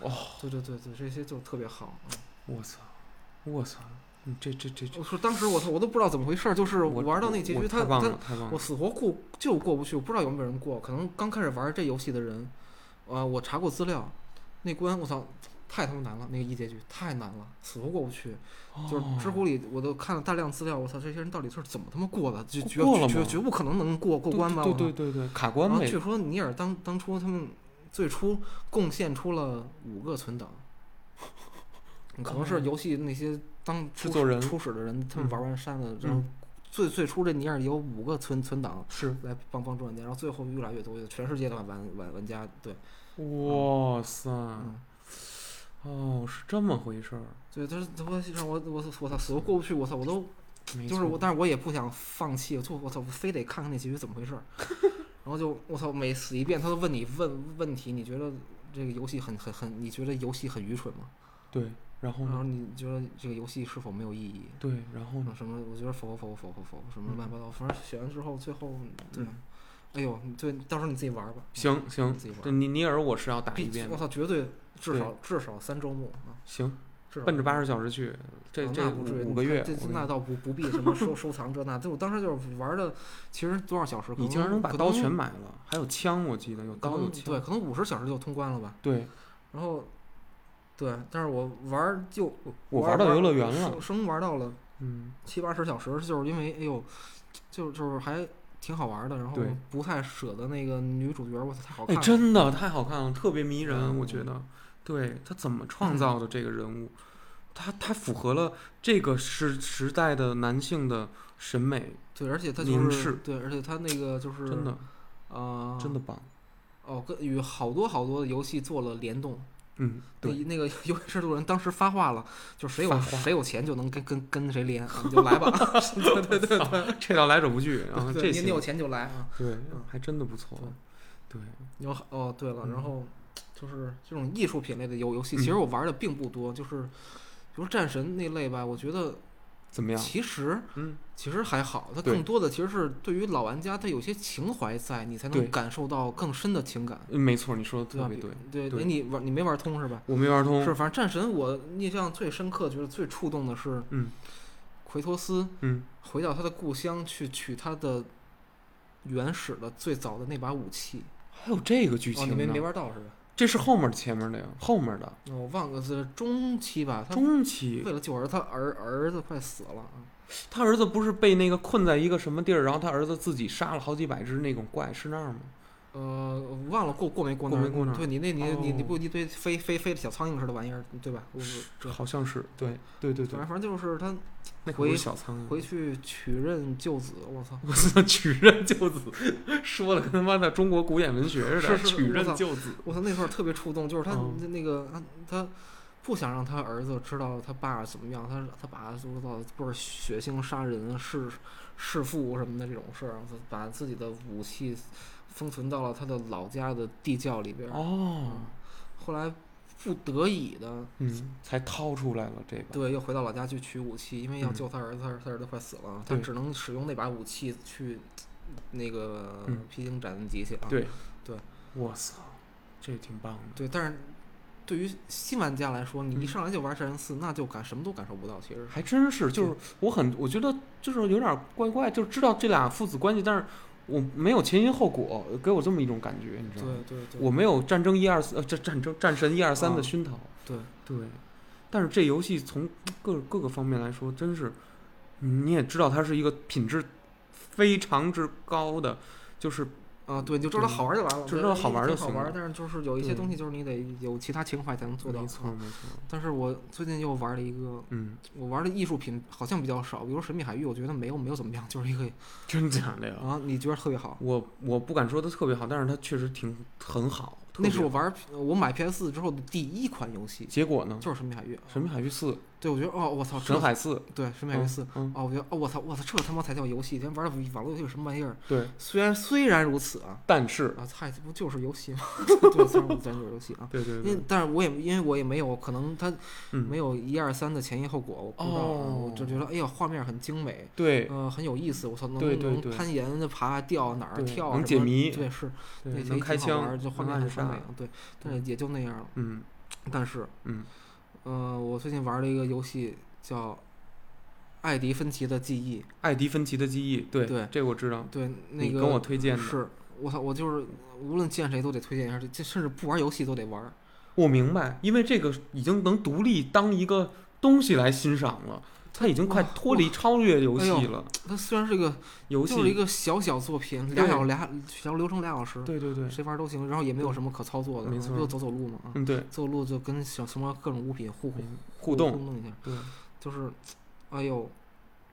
哦，对对对对，这些就特别好。啊我操，我操，你这这这这，我说当时我操，我都不知道怎么回事儿，就是我玩到那结我局，太他棒了，他太棒我了，死活过就过不去，我不知道有没有呃人过，可能刚开始玩这游戏的人，啊、我查过资料，那关我操，太他妈难了，那个一结局太难了，死活过不去。就是哦知乎里我都看了大量资料，我操，这些人到底是怎么他妈过的？就绝过了绝吗绝不可能能过过关吧？对我操对对对，对卡关然后呗据。说尼尔当当初他们最初贡献出了五个存 档，可能是游戏那些当哦制初作人初始的人，他们嗯玩完删了，然后最最初这尼尔有五个存存档是，来帮帮助玩家，然后最后越来越多，全世界的玩玩玩玩家对，哇塞，嗯，哦，是这么回事儿。对，他他妈让我我我操死活过不去，我操我都没就是错我，但是我也不想放弃，我就我操，我非得看看那结局怎么回 事儿。然后就我操，每死一遍，他都问你问问题，你觉得这个游戏很很很，你觉得游戏很愚蠢吗？对，然后然呢？后你觉得这个游戏是否没有意义？对，然后呢？什么？我觉得否否否否否什么嗯乱七八糟，反正选完之后，最后对嗯，哎呦，对，到时候你自己玩儿吧。嗯行行自己，玩这尼尼尔我是要打一必遍我的。操，绝对至少至少三周目啊，行，至少奔着八十小时去，这啊这那不至于五五个月，这我跟你那说倒不不必什么收收藏这那，就我当时就是玩的，其实多少小时可能？你竟然能把可刀全买了，还有枪，我记得有可刀有能枪对，。可能五十小时就通关了吧。对，然后，对，但是我玩儿就我玩玩儿到玩游儿乐园生了。生玩到了嗯，七八十小时，就是因为哎呦，就就是还挺好玩儿的，然后对不太舍得那个女主角，我操，太好哎看，了。真的太好看了，特别迷人，嗯我觉得。对他怎么创造的这个人物，他他符合了这个时时代的男性的审美，对，而且她就凝是视对，而且她那个就是真的啊、真的棒。哦，跟与好多好多的游戏做了联动。嗯，那对，那个游戏制作人当时发话了，就是谁有发话谁有钱就能跟跟跟谁连，你就来吧。对 对对对，这倒来者不拒，然后 嗯对这你些你有钱就来啊。对嗯，还真的不错。对，有好哦，对了，然嗯后就是这种艺术品类的游游戏，其实嗯我玩的并不多，就是比如战神那类吧，我觉得怎么样？其实嗯，其实还好，它对更多的其实是对于老玩家，他有些情怀在，你才对能感受到更深的情感，没错，你说的对特吧？别比对。对，对嗯哎你玩你没玩通是吧？我没玩通，是，反正战神我印象最深刻，觉得最触动的是，嗯，奎托斯嗯，回到他的故乡去取他的原始的最早的那把武器。还有这个剧哦，你情没呢没？玩到是吧？这是后面前面的呀，后面的哦我忘了是中期吧，他中期为了救儿子，他儿儿子快死了啊。他儿子不是被那个困在一个什么地儿，然后他儿子自己杀了好几百只那种怪，是那儿吗？呃，我忘了过过没过那过儿没过那儿对你那你你你哦不一堆飞飞飞的小苍蝇似的玩意儿，对吧？我这好像是，对对对反对正，反正就是他那可回不是小苍蝇。回去取刃救子，我操！我操，取刃救子，说的跟他妈的中国古典文学似的，是是取我操刃救子。我操，那块儿特别触动，就是他嗯那那个他他不想让他儿子知道他爸怎么样，他他爸知道不是血腥杀人、啊弑弑父什么的这种事儿，我操把自己的武器封存到了他的老家的地窖里边儿。哦，后来不得已的，嗯，才掏出来了这个。对，又回到老家去取武器，因为要嗯救他儿子，他他儿子快死了，他对只能使用那把武器去那个嗯披荆斩棘去啊。对对，我操，这挺棒的。对，但是对于新玩家来说，你一嗯上来就玩《战神四》，那就感什么都感受不到。其实还真是，就是我很，我觉得就是有点怪怪，就知道这俩父子关系，但是我没有前因后果，给我这么一种感觉，你知道吗？对对对，我没有战争一二四，呃，战战争战神一二三啊的熏陶。对对，但是这游戏从各各个方面来说，真是你也知道，它是一个品质非常之高的，就是啊，对，你就知道它好玩就完了，嗯知对道好玩挺就好行玩了但是就是有一些对东西，就是你得有其他情怀才能做到没。错啊没错，但是我最近又玩了一个，嗯，我玩的艺术品好像比较少，比如《神秘海域》，我觉得没有没有怎么样，就是一个真假的呀？啊，你觉得特别好。我我不敢说它特别好，但是它确实挺很好。特那别是我好玩我买 PS 之后的第一款游戏，结果呢？就是《神秘海域》啊。 《神秘海域四》《对，我觉得哦，我操，这神海四》对《神秘海域四》嗯，哦，我觉得哦，我操，我操，这他妈才叫游戏！咱玩的网络游戏是什么玩意儿？对，虽然虽然如此啊，但是啊，嗨，这不就是游 戏吗？对，虽然咱就是游戏啊。对对因对为，但是我也因为我也没有可能它嗯，没有一二三的前因后果，我不知道啊，我就哦觉得哎呀，画面很精美，对呃，很有意思，我操，能对对能对攀岩、爬、掉哪儿对跳，能什解么谜对是，对那些能也开挺好玩枪，儿就画能面暗很完美杀，啊，对，但是也就那样了。嗯但是，嗯，呃，我最近玩了一个游戏叫《艾迪芬奇的记忆》，艾迪芬奇的记忆，对对这我知道，对，那你个跟我推荐的，是我操，我就是无论见谁都得推荐一下，这这甚至不玩游戏都得玩儿。我明白，因为这个已经能独立当一个东西来欣赏了，它已经快哇脱离超越游戏哎呦了。它虽然是个游戏就是一个小小作品，俩小俩小流程俩小时，对对对，谁玩都行，然后也没有什么可操作的，没错就走走路嘛，啊嗯对，走走路就跟小什么各种物品互互互互动动一下，对，就是，哎呦，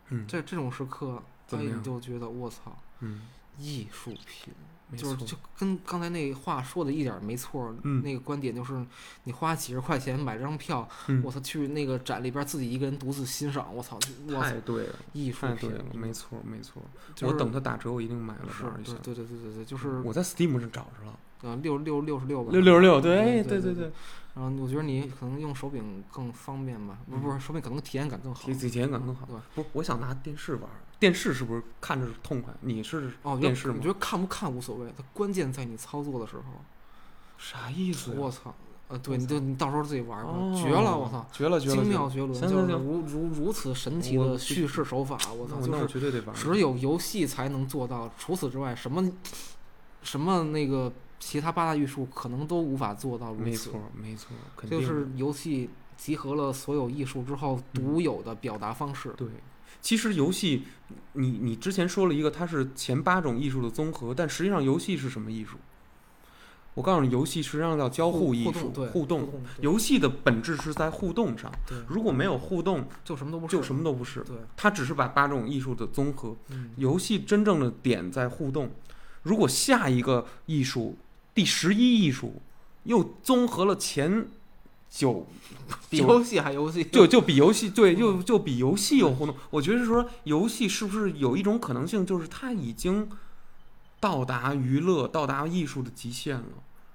嗯这这种时刻，怎哎，么样你就觉得我操，嗯，艺术品，没就是错就跟刚才那话说的一点儿没错儿，嗯那个观点就是你花几十块钱买张票，嗯我操去那个展里边儿自己一个人独自欣赏，我操，我操太对了，艺术太品对，了，没错没错，就我是等它打折，我一定买了是玩一下对。对对对对对，就是嗯我在 Steam 上找着了，呃六六六十六吧，嗯六六十六，对，对哎对对对对，然后我觉得你可能用手柄更方便吧，不不是手柄可能体验感更好嗯体。体验感更好对吧。不是，我想拿电视玩，电视是不是看着痛快？你是哦，我觉得电视我吗觉？得看不看无所谓，它关键在你操作的时候。啥意思呀？我操，呃，对，我你操就你到时候自己玩吧，啊哦绝了！我操，，绝了绝了！精绝妙了绝伦，行就行是行如如如此神奇我的我叙事手法，我那我操，就那我是绝对得玩儿。只有游戏才能做到。除此之外，什么什么那个其他八大艺术可能都无法做到如没此。错没错，肯定就的嗯是游戏集合了所有艺术之后独有的表达方式。对。其实游戏，你你之前说了一个，它是前八种艺术的综合，但实际上游戏是什么艺术？我告诉你，游戏实际上叫交互互艺互术动，对互动。动对游戏的本质是在互动上，对，如果没有互动，就什么都不是，就什么都不是。对，它只是把八种艺术的综合 嗯，游戏真正的点在互动。如果下一个艺术，第十一艺术，又综合了前九，比就游戏还游戏，就就比游戏对，就就比游戏有互动。我觉得是说，游戏是不是有一种可能性，就是它已经到达娱乐、到达艺术的极限了？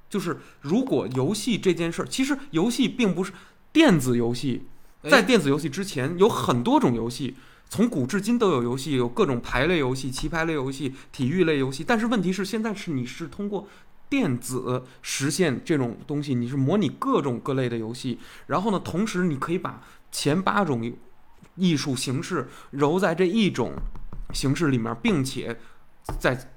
就是如果游戏这件事儿，其实游戏并不是电子游戏，哎在电子游戏之前，有很多种游戏，从古至今都有游戏，有各种牌类游戏、棋牌类游戏、体育类游戏。但是问题是，现在是你是通过电子实现这种东西，你是模拟各种各类的游戏，然后呢，同时你可以把前八种艺术形式揉在这一种形式里面，并且在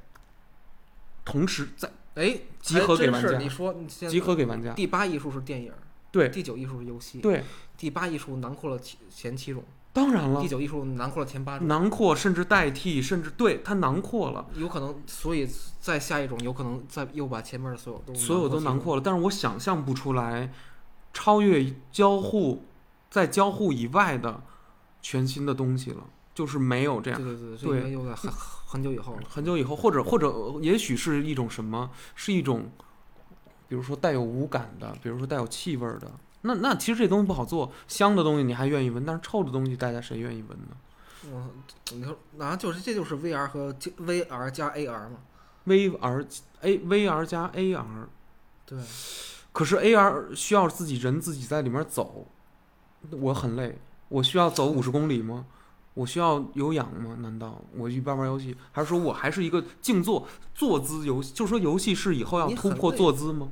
同时在哎，集合给还玩真是家你说你现在集合给玩家。第八艺术是电影，对第九艺术是游戏，对，第八艺术囊括了其前七种，当然了第，九艺术囊括了前八种，囊括甚至代替，甚至对它囊括了。有可能，所以在下一种有可能再又把前面的所有都所有都其囊中，括了，但是我想象不出来超越交互，在交互以外的全新的东西了，就是没有这对样。对对，这对应该又在很很久以后了，很久以后，或者或者呃也许是一种什么，是一种，比如说带有无感的，比如说带有气味儿的。那那其实这东西不好做，香的东西你还愿意闻，但是臭的东西大家谁愿意闻呢嗯，你说啊，就是这就是 VR 和 VR 加 AR 嘛， ？VR A VR 哎加 AR，对，可是 AR 需要自己人自己在里面走，我很累。我需要走五十公里吗？我需要有氧吗？难道我一边玩游戏，还是说我还是一个静坐坐姿游戏？就是说游戏是以后要你突很破累坐姿吗？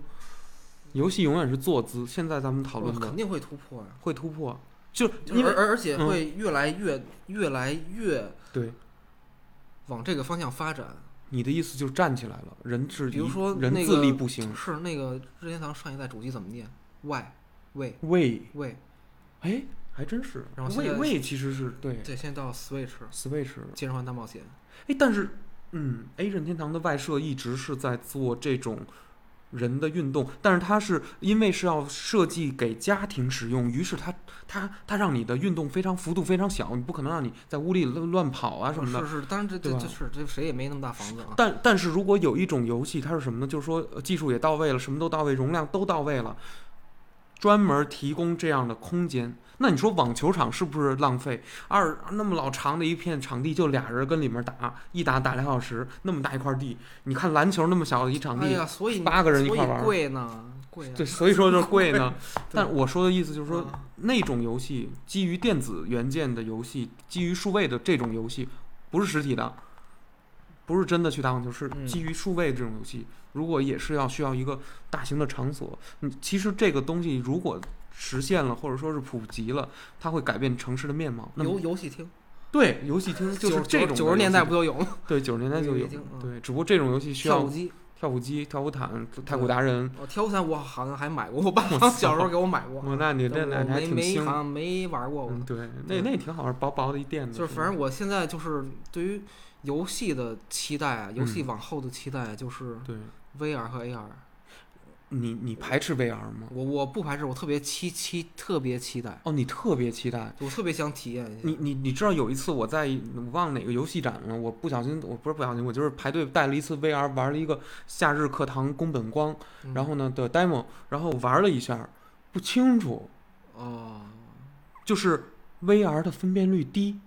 游戏永远是坐姿。现在咱们讨论我的肯定会突破呀、会突破，就就是因为而而而且嗯会越来越、越来越对往这个方向发展。你的意思就是站起来了，人是比如一说人那自个立不行。是那个任天堂上一代主机怎么念？Y Y 喂， Y，哎，还真是然后现喂在喂，其实是对对，现在到 Switch 嗯 Switch 接着换大冒险，哎，但是，嗯，A 任天堂的外设一直是在做这种人的运动，但是它是因为是要设计给家庭使用，于是它它它让你的运动非常幅度非常小，你不可能让你在屋里乱乱跑啊什么的。是是，当然这这对吧这是这谁也没那么大房子啊。但但是如果有一种游戏，它是什么呢？就是说呃技术也到位了，什么都到位，容量都到位了，专门提供这样的空间。那你说网球场是不是浪费？二那么老长的一片场地，就俩人跟里面打，一打打俩小时，那么大一块地。你看篮球那么小的一场哎地，呀，所以你八个人一所以块玩儿贵呢，贵啊。对，所以说就是贵呢。但 对我说的意思就是说，啊那种游戏基于电子元件的游戏，基于数位的这种游戏，不是实体的，不是真的去打网球，是嗯基于数位这种游戏。如果也是要需要一个大型的场所，嗯，其实这个东西如果实现了，或者说是普及了，它会改变城市的面貌。那么游游戏厅，对游戏厅就是九这种的九游十戏年代不就有吗？对九十年代就游戏有厅嗯对，只不过这种游戏需跳要舞机，跳舞机、跳舞毯、太鼓达人。哦，跳伞我好像还买过，我爸好像小时候给我买过。哇，那你这那但你我还没挺没兴好。像没玩过，我嗯，对，那那挺好玩，薄薄的一垫子。就是反正我现在就是对于游戏的期待啊，游嗯戏往后的期待啊就是对， VR 和 AR。你你排斥 VR 吗？我我不排斥，我特别期期特别期待，哦，你特别期待。我特别想体验一下。你你你知道有一次我在我忘了哪个游戏展了，我不小心我不是不小心，我就是排队带了一次 VR 玩了一个夏日课堂宫本光，嗯然后呢的 demo，然后玩了一下，不清楚，哦，就是 VR 的分辨率低，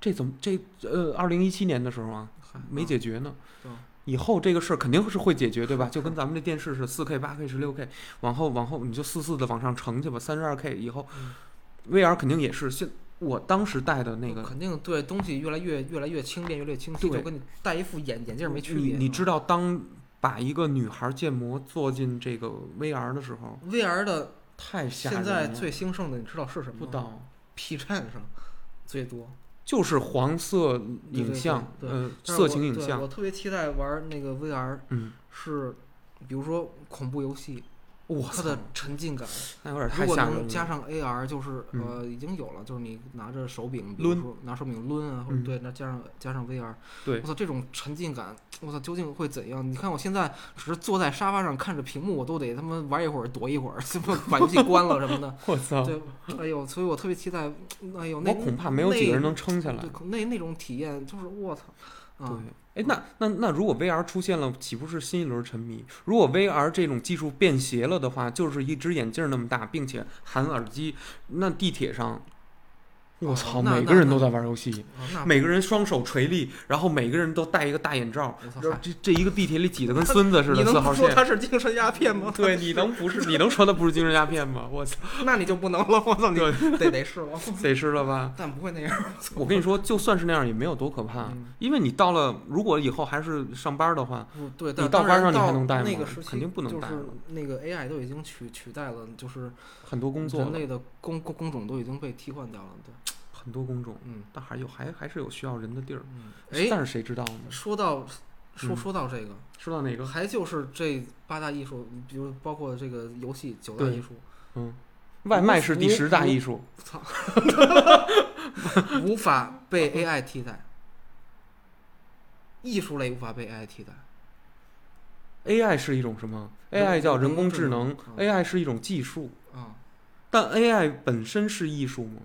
这怎么这呃二零一七年的时候啊嗨没解决呢对。以后这个事儿肯定是会解决，对吧？就跟咱们这电视是四 K、八 K、十六 K，往后往后你就四四的往上乘去吧，三十二 K 以后嗯，VR 肯定也是现我当时戴的那个肯定对东西越来越越来越轻便，越来越清晰，对就跟你戴一副眼眼镜没区你别。嗯你知道，当把一个女孩建模做进这个 VR 的时候， VR 的太吓人现了。在最兴盛的，你知道是什么吗？不到 P 站上最多就是黄色影像，对对对呃，但是我色情影对像我，特别期待玩那个 VR，嗯，是比如说恐怖游戏，哇塞，它的沉浸感。那有点如太果吓人能了。加上 AR，就是嗯呃已经有了，就是你拿着手柄，比抡如说拿手柄抡啊，或嗯者对，那加上加上 VR，对我操，这种沉浸感，我操，究竟会怎样？你看我现在只是坐在沙发上看着屏幕，我都得他妈玩一会儿，躲一会儿，什么把游戏关了 什么的。我操，对，哎呦，所以我特别期待，哎呦，那哦我恐怕没有几个人能撑下来对。那那种体验，就是我操，对啊，，哎，那那那如果 VR 出现了，岂不是新一轮沉迷？如果 VR 这种技术便携了的话，就是一只眼镜那么大，并且含耳机，那地铁上，我哦操，那每那个人都那在玩游戏。啊那每个人双手垂立，然后每个人都戴一个大眼罩，我操然后这这一个地铁里挤得跟孙子似你的，能四不号说线。它是精神鸦片吗？ 对，你能不是你能说它不是精神鸦片吗？我操，那你就不能了，我操，你对得得是了， 得是了吧？但不会那样。我跟你说，就算是那样也没有多可怕，嗯因为你到了，如果以后还是上班的话，不对，你但到当班然上你还到能戴那吗个时期肯定不能戴就是了那个 AI 都已经取取代了，就是很多工作人类的工工工种都已经被替换掉了。对，很多工种，嗯但还有还还是有需要人的地儿。嗯。哎，但是谁知道呢？说到说嗯说到这个，说到哪个？还就是这八大艺术，比如包括这个游戏九大对艺术，嗯，外卖是第十大艺术，操，无法被 AI 替代，艺术类无法被 AI 替代。 AI 是一种什么人？AI 叫人人工工智智能能嗯，AI 是一种技术。啊、但 AI 本身是艺术吗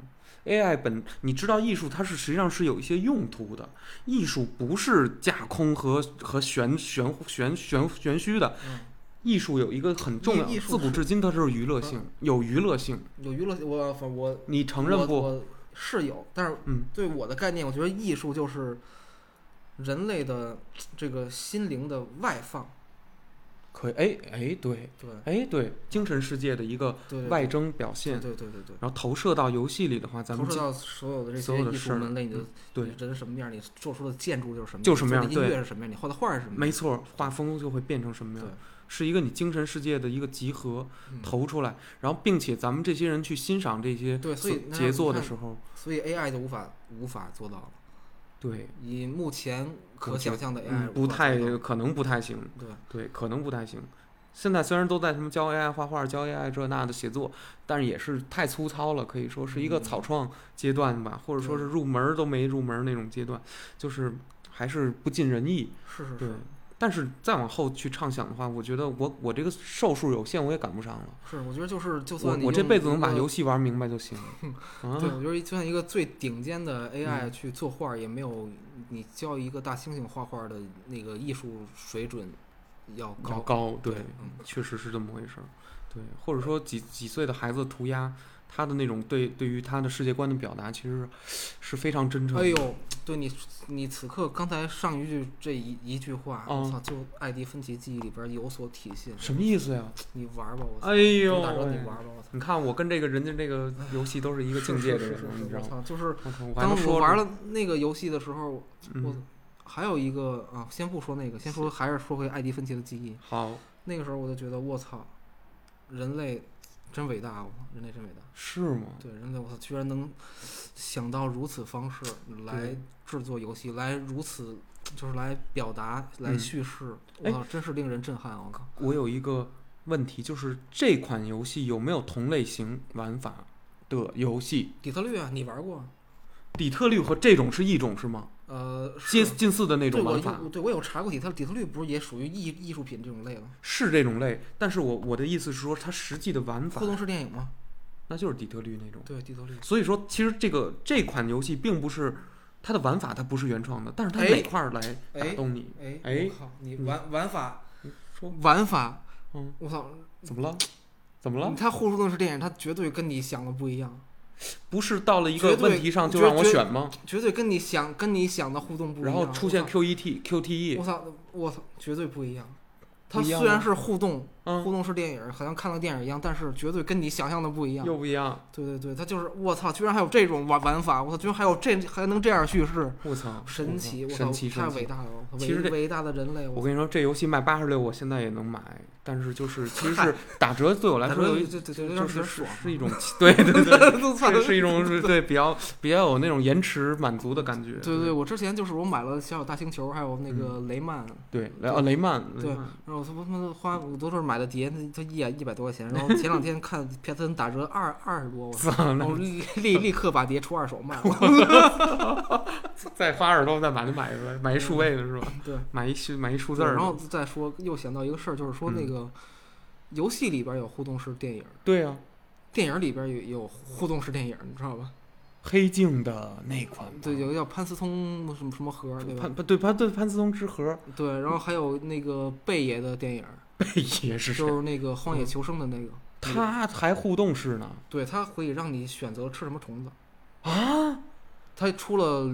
？AI 本，你知道艺术它是实际上是有一些用途的，艺术不是架空和和玄玄玄玄玄虚的，嗯，艺术有一个很重要，艺艺术自古是至今它就是娱乐性，有娱乐性，有娱乐，我反我你承认我不？我是有，但是嗯对我的概念，我觉得艺术就是人类的这个心灵的外放，可以，哎哎对，对哎对，精神世界的一个对对外征表对现，对对对对，然后投射到游戏里的话，咱投们射就到所有的这所些有的艺事术儿嗯门类，你的对你人是什么样，你做出的建筑就是什么样，就是什么你样做的音对乐是什么样，你画的画是什么样，没错，画风就会变成什么样嗯对，是一个你精神世界的一个集合。嗯投出来，然后并且咱们这些人去欣赏这些对所以那杰作的你看时候，所以 AI 就无法无法做到了，对，以目前可我觉得想象的 AI 嗯，不无法太做哎到可能不太行，对。对，可能不太行。现在虽然都在什么教 AI 画画、教 AI 这那的写作，但是也是太粗糙了，可以说是一个嗯草创阶段吧，或者说是入门儿都没入门儿那种阶段，就是还是不尽人意。是是对是，但是再往后去畅想的话，我觉得我我这个寿数有限，我也赶不上了。是，我觉得就是，就我算你我这用辈子一能把个游戏玩明白就行。 啊对，，我觉得就像一个最顶尖的 AI 嗯去做画儿，也没有你教一个大猩猩画画的那个艺术水准要要高。高，对，嗯确实是这么回事儿。对，或者说几几岁的孩子涂鸦，他的那种对对于他的世界观的表达，其实是非常真诚的。哎呦，对你，你此刻刚才上一句这一一句话，我嗯操，就爱迪芬奇记忆里边儿有所体现。 什么意思呀？你玩儿吧，我操！哎呦周大哥，你喂玩儿吧，我操！你看我跟这个人家这个游戏都是一个境界的是是人是了，是你知是，道我吗？操！就是我操，我还当能我说玩了，了那个游戏的时候，我嗯，还有一个啊，先不说那个，先说还是说回爱迪芬奇的记忆。好，那个时候我就觉得，我操，人类真伟大，我操，人类真伟大。是吗？对，人类我操，居然能想到如此方式来对制作游戏，来如此就是来表达、来嗯叙事，我哎操，真是令人震撼！啊我靠，我有一个问题，就是这款游戏有没有同类型玩法的游戏？底特律啊，你玩过？底特律和这种是一种是吗？呃，是近近似的那种对，我玩就法我对我有查过底特律，底特律不是也属于艺艺术品这种类了？是这种类，但是我我的意思是说，它实际的玩法互动式电影吗？那就是底特律那种。对，底特律。所以说，其实这个这款游戏并不是它的玩法，它不是原创的，但是它哎哪块儿来打哎动你？哎哎我靠，你嗯玩玩法说玩法，嗯，我操，怎么了？怎么了？嗯他互动式电影，他绝对跟你想的不一样，不是到了一个绝对问题上就绝让我绝选吗？绝对跟你想跟你想的互动不一然样。后出现 E QET、我 QTE，操，我操，我操，绝对不一样。它不一样虽然吗是互动，嗯，互动式电影，好像看了电影一样，但是绝对跟你想象的不一样。又不一样。对对对，它就是我操，居然还有这种玩玩法，我操，居然还有这还能这样叙事，我操，神奇，我我操操神奇，，太神伟奇！大了，我操其实伟这伟大的人类，我我跟你说，这游戏卖八十六，我现在也能买，但是就是其实是打折，对我来说有一对对对，有点就有点是爽，是一种对对对对， 都操是是一种 是对比较比较有那种延迟满足的感觉。对对，我之前就是我买了小小大星球，还有嗯那个雷曼，对，来啊雷曼，雷对曼然后我他妈的花我都是买的碟，那它一一百多块钱，然后前 两天看 PSN 打折二二十多，我操，操，然那后立立立刻把碟出二手卖了， 再花耳朵再把它买回来，买一数位的是吧？ 对，买一数买一数字对儿然后的。再说又想到一个事儿，就是说那嗯个游戏里边有互动式电影，对啊，电影里边也有互动式电影，你知道吧？黑镜的那款吧，对，有个叫潘思通什么什么盒，对吧哦潘？对潘对潘思通之 盒，对，然后还有那个贝爷的电影，贝爷是就谁？嗯是那个《荒野求生》的那个，他还互动式呢对，它可以让你选择吃什么虫子，啊！它出了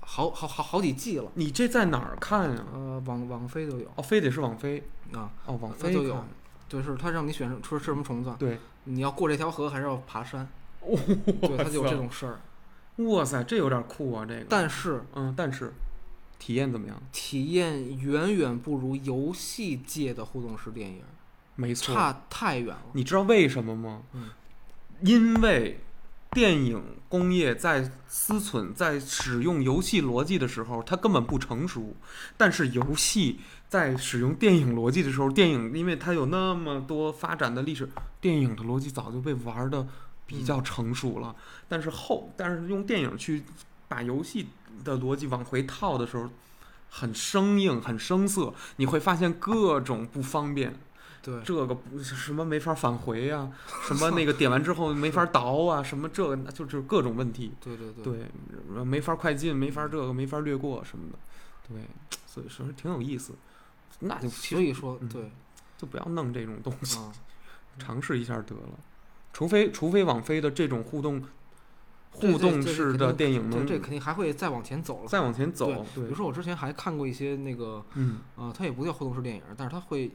好好好好几季了，你这在哪儿看呀？呃，网网飞都有哦，非得是网飞啊，哦，网那飞就有啊看，对，是它让你选吃吃什么虫子，对，你要过这条河还是要 爬山，对，对它就有这。种事儿，哇塞，这有点酷啊！这个，但是。嗯，但是体验怎么样？体验远远不如游戏界的互动式电影，没错，差太远了。你知道为什么吗？嗯因为电影工业在思忖、在使用游戏逻辑的时候，它根本不成熟；但是游戏在使用电影逻辑的时候，电影因为它有那么多发展的历史，电影的逻辑早就被玩的比较成熟了。但是后，但是用电影去把游戏的逻辑往回套的时候，很生硬、很生涩，你会发现各种不方便。对，这个不什么没法返回呀、 什么那个点完之后没法倒啊，什么这个那就是各种问题，对对对对，没法快进，没法这个，没法略过什么的，对，所以说挺有意思，那就所以说嗯对就不要弄这种东西，啊，尝试一下得了，除非除非网飞的这种互动对互动这这式肯的定电影这能这肯定还会再往前走了。再往前走，比对如，说我之前还看过一些那个嗯，呃，它也不叫互动式电影，但是它会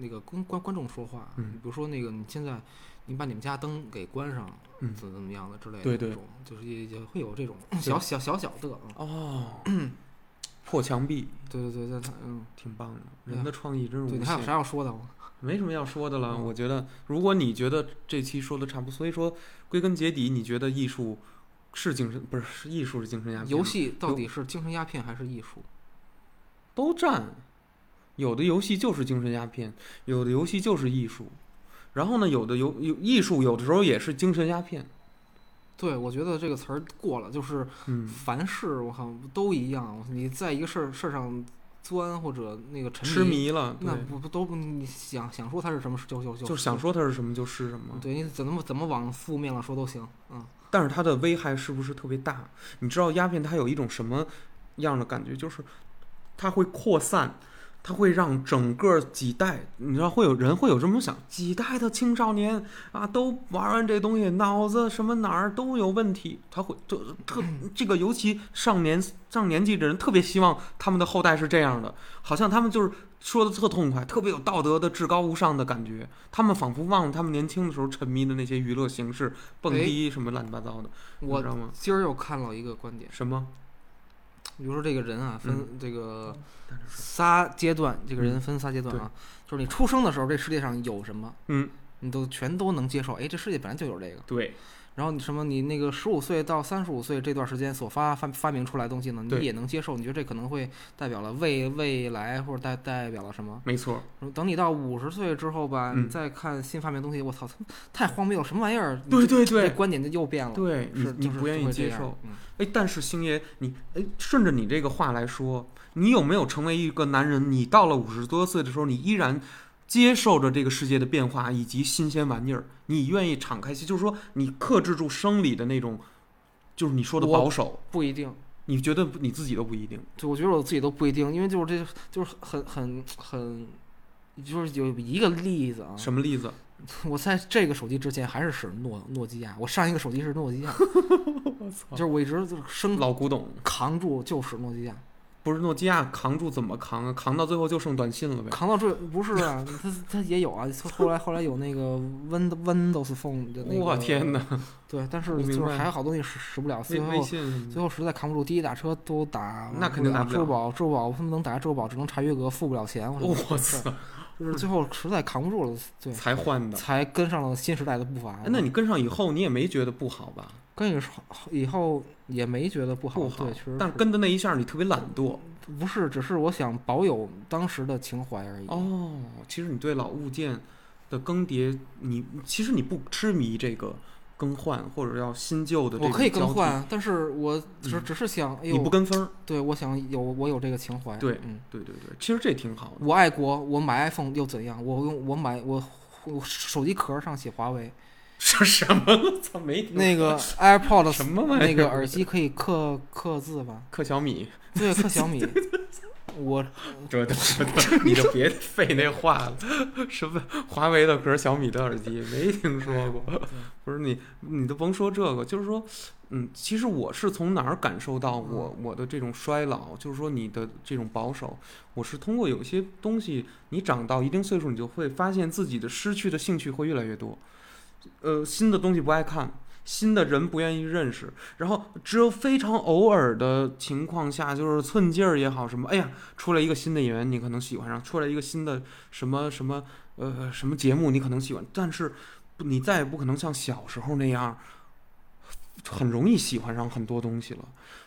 那个跟观观众说话，嗯比如说那个你现在你把你们家灯给关上，嗯怎怎么样的之类的，对对这种就是也也会有这种小小小小的，嗯哦，破墙壁对对对，但它嗯，挺棒的，对人啊的创意真是无对限。你还有啥要说的吗？没什么要说的了，嗯我觉得，如果你觉得这期说的差不多，所以说归根结底，你觉得艺术是精神，不是是艺术是精神鸦片吗，游戏到底是精神鸦片还是艺术？都占。有的游戏就是精神鸦片，有的游戏就是艺术，然后呢，有的游有艺术有的时候也是精神鸦片，对，我觉得这个词儿过了，就是嗯，凡事我靠都一样，你在一个事儿事儿上钻或者那个沉痴迷了，那对，不不都你想想说它是什么就就就就是想，说它是什么就是什么，对，你怎么怎么往负面了说都行，嗯，但是它的危害是不是特别大？你知道鸦片它有一种什么样的感觉？就是它会扩散，它会让整个几代，你知道会有人会有这么想，几代的青少年啊都玩完这东西，脑子什么哪儿都有问题。他会就特这个，尤其上年上年纪的人特别希望他们的后代是这样的，好像他们就是说的特痛快，特别有道德的至高无上的感觉。他们仿佛忘了他们年轻的时候沉迷的那些娱乐形式，蹦哎迪什么乱七八糟的，你我知道吗？今儿又看了一个观点，什么？比如说这个人啊，分、嗯这个但是仨阶段，这个人嗯分仨阶段对啊，就是你出生的时候，这世界上有什么，嗯，你都全都能接受，哎，这世界本来就有这个。对，然后你什么你那个十五岁到三十五岁这段时间所发发发明出来的东西呢，你对也能接受，你觉得这可能会代表了未未来或者代代表了什么？没错，然后等你到五十岁之后吧，嗯你再看新发明的东西，我操，太荒谬了，什么玩意儿？对对这对这观点就又变了。对，你是你就是不愿就意会这接样受。，嗯哎，但是星爷，你哎，顺着你这个话来说，你有没有成为一个男人？你到了五十多岁的时候，你依然接受着这个世界的变化以及新鲜玩意儿，你愿意敞开心，就是说你克制住生理的那种，就是你说的我保守，不一定。你觉得你自己都不一定。就我觉得我自己都不一定，因为就是这就是很很很，就是有一个例子啊，什么例子？我在这个手机之前还是使诺诺基亚，我上一个手机是诺基亚，我操就是我一直就是生老古董，扛住就使诺基亚，不是诺基亚扛住怎么扛啊？扛到最后就剩短信了呗。扛到这不是啊，它它也有啊，后来后来有那个 Win Windows Phone 的那个，我天哪，对，但是我明就是白还有好多东西使使不了，最微后微信什么的最后实在扛不住，滴滴打车都打那肯定打不支了付宝支付宝他们能打支付宝，只能查余额，付不了钱，我操我操，就是最后实在扛不住了，对。才换嗯的。才跟上了新时代的步伐哎。那你跟上以后，你也没觉得不好吧？跟你说以后也没觉得不好，不好哦对，确实，但是跟的那一下你特别懒惰不是，只是我想保有当时的情怀而已。哦。其实你对老物件的更迭，你其实你不痴迷这个更换或者要新旧的这我种可以交更替，换，但是我只嗯只是想，哎你不呦，跟风儿。对我想有我有这个情怀。对嗯，对对对，其实这挺好的。 我爱国，我买 iPhone 又怎样？我用我买我我手机壳上写华为，是什么？我操，没听那个 AirPod 什么玩意儿那个耳机可以刻刻字吧？克小米，对，刻 小米。我折腾折腾， 你就别费那话了。什么华为的壳，小米的耳机，没听说过。不是你，你都甭说这个，就是说，嗯，其实我是从哪儿感受到我我的这种衰老，就是说你的这种保守，我是通过有些东西，你长到一定岁数，你就会发现自己的失去的兴趣会越来越多，呃，新的东西不爱看。新的人不愿意认识，然后只有非常偶尔的情况下，就是寸劲儿也好，什么，哎呀，出来一个新的演员，你可能喜欢上；出来一个新的什么什么呃什么节目，你可能喜欢。但是不你再也不可能像小时候那样，很容易喜欢上很多东西了，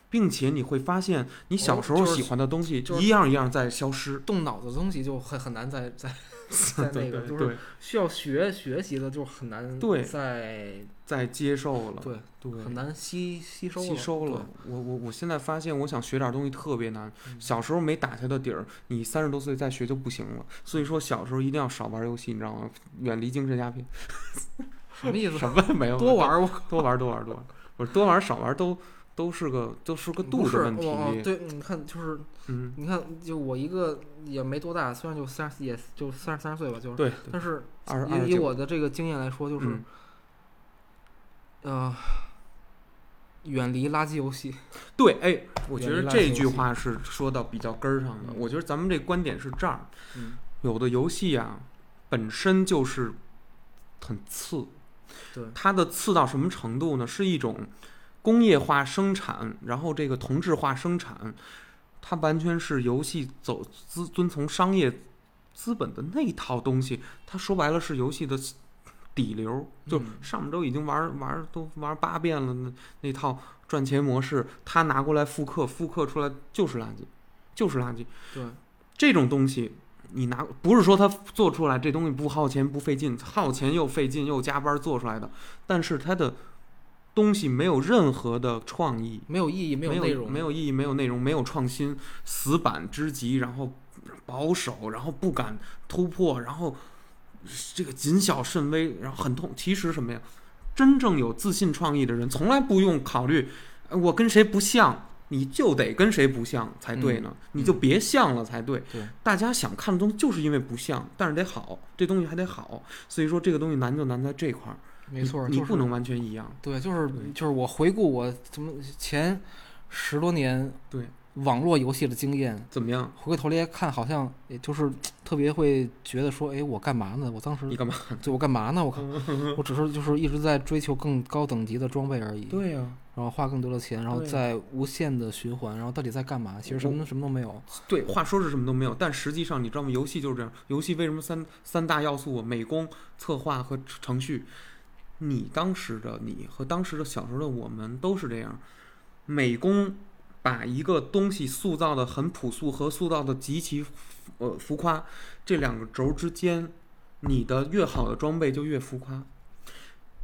并且你会发现，你小时哦候就是喜欢的东西就是一样一样在消失。动脑子的东西就很很难再 再再那对个，对就是对，需要学学习的，就很难对再在接受了，对对，很难吸吸收吸收了。我我我现在发现，我想学点东西特别难。嗯小时候没打下的底儿，你三十多岁再学就不行了。所以说，小时候一定要少玩游戏，你知道吗？远离精神鸦片。 什么意思？什么没有？多玩儿我多玩儿，多玩儿，多玩儿。不是多玩儿少玩儿都都是个都是个不度是的问我我题。对，你看就是嗯，你看就我一个也没多大，虽然就三十也就三十三十岁吧，就是，对，但是二二十以以九，我的这个经验来说，就是嗯呃，远离垃圾游戏。对，哎，我觉远得离垃圾这游句戏话是说到比较根儿上的。嗯我觉得咱们这观点是这儿，嗯，有的游戏啊，本身就是很次，对它的次到什么程度呢？是一种工业化生产，然后这个同质化生产，它完全是游戏走遵遵从商业资本的那一套东西，它说白了是游戏的底流，就嗯上面都已经玩玩都玩八遍了那那套赚钱模式，它拿过来复刻，复刻出来就是垃圾，就是垃圾。对，这种东西，你拿不是说它做出来这东西不耗钱不费劲，耗钱又费劲又加班做出来的，但是它的东西没有任何的创意，没有意义，没没有内容，没有意义，没有内容，没有创新，死板之极，然后保守，然后不敢突破，然后这个谨小慎微，然后很痛。其实什么呀？真正有自信创意的人，从来不用考虑呃我跟谁不像，你就得跟谁不像才对呢，嗯你就别像了才对。对大家想看的东西就是因为不像，但是得好，这东西还得好。所以说这个东西难就难在这块儿，没错，你，你就是不能完全一样。对，就是对就是我回顾我怎么前十多年对网络游戏的经验，怎么样？回过头来看，好像也就是特别会觉得说，哎，我干嘛呢？我当时你干嘛？对我干嘛呢？我靠，我只是就是一直在追求更高等级的装备而已，对呀、然后花更多的钱，然后对再无限的循环，然后到底在干嘛？其实什么什么都没有。对，话说是什么都没有，但实际上你知道吗？游戏就是这样。游戏为什么三三大要素啊？美工、策划和程序。你当时的你和当时的小时候的我们都是这样，美工把一个东西塑造的很朴素和塑造的极其呃浮夸，这两个轴之间，你的越好的装备就越浮夸。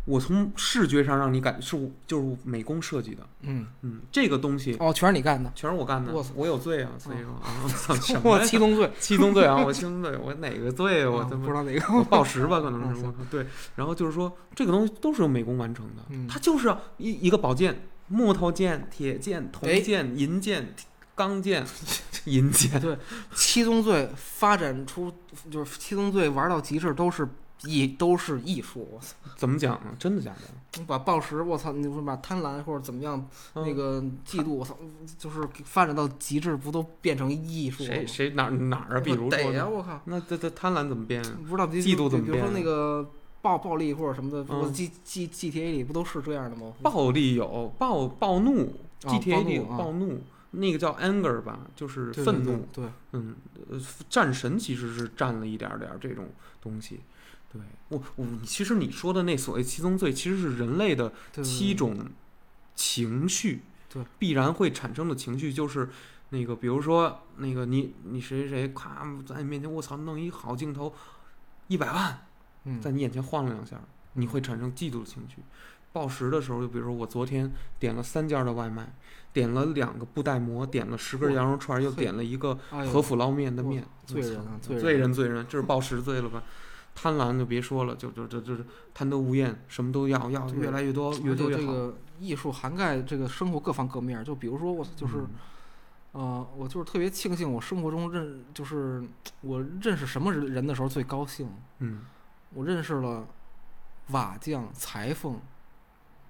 我从视觉上让你感是就是美工设计的，嗯，嗯，这个东西哦，全是你干的，全是我干的我操，哦我有罪啊，所以说啊，我 操，什么我呀七宗罪， 七宗罪啊，我七宗罪，我哪个罪啊？我啊他不妈知道哪我个， 暴食吧，可能是啊我对。然后就是说，这个东西都是由美工完成的，嗯它就是一一个宝剑，木头剑、铁剑、铜哎剑、银剑、钢 剑、银剑。七宗罪发展出就是七宗罪玩到极致都是艺都是艺术，啊我操，怎么讲呢？真的假的？你把暴食，我操，你说把贪婪或者怎么样那嗯个嫉妒，我操，就是发展到极致，不都变成艺术了吗嗯谁？谁哪哪儿啊？比如得说呀，呢，我靠，那这这贪婪怎么变啊？不知道比嫉妒怎么比如说变啊那个暴暴力或者什么的，不嗯 G G G T A 里不都是这样的吗？暴力有暴暴怒啊，GTA 里有暴怒啊暴怒，那个叫 anger 吧，就是对愤怒。，对对对，嗯，呃，战神其实是占了一点儿点儿这种东西。对我，我其实你说的那所谓七宗罪，其实是人类的对七，种情绪，对必然会产生的情绪就是那个，比如说那个你你谁谁咔在你面前，我操，弄一好镜头，一百万对对在对嗯，你眼前晃了两下，你会产生嫉妒的情绪。暴食的时候，就比如说我昨天点了三家的外卖，点了两个布袋馍，点了十根哇羊肉串儿，又嘿点了一个哎呦和府捞面的我面，罪人啊我操罪人罪人，罪人，这是暴食罪了吧？贪婪就别说了，就就就就是贪得无厌，什么都要，要对越来越多，越而多且越这好。个艺术涵盖这个生活各方各面儿，就比如说我就是嗯，呃，我就是特别庆幸我生活中认就是我认识什么人人的时候最高兴，嗯，我认识了瓦匠、裁缝、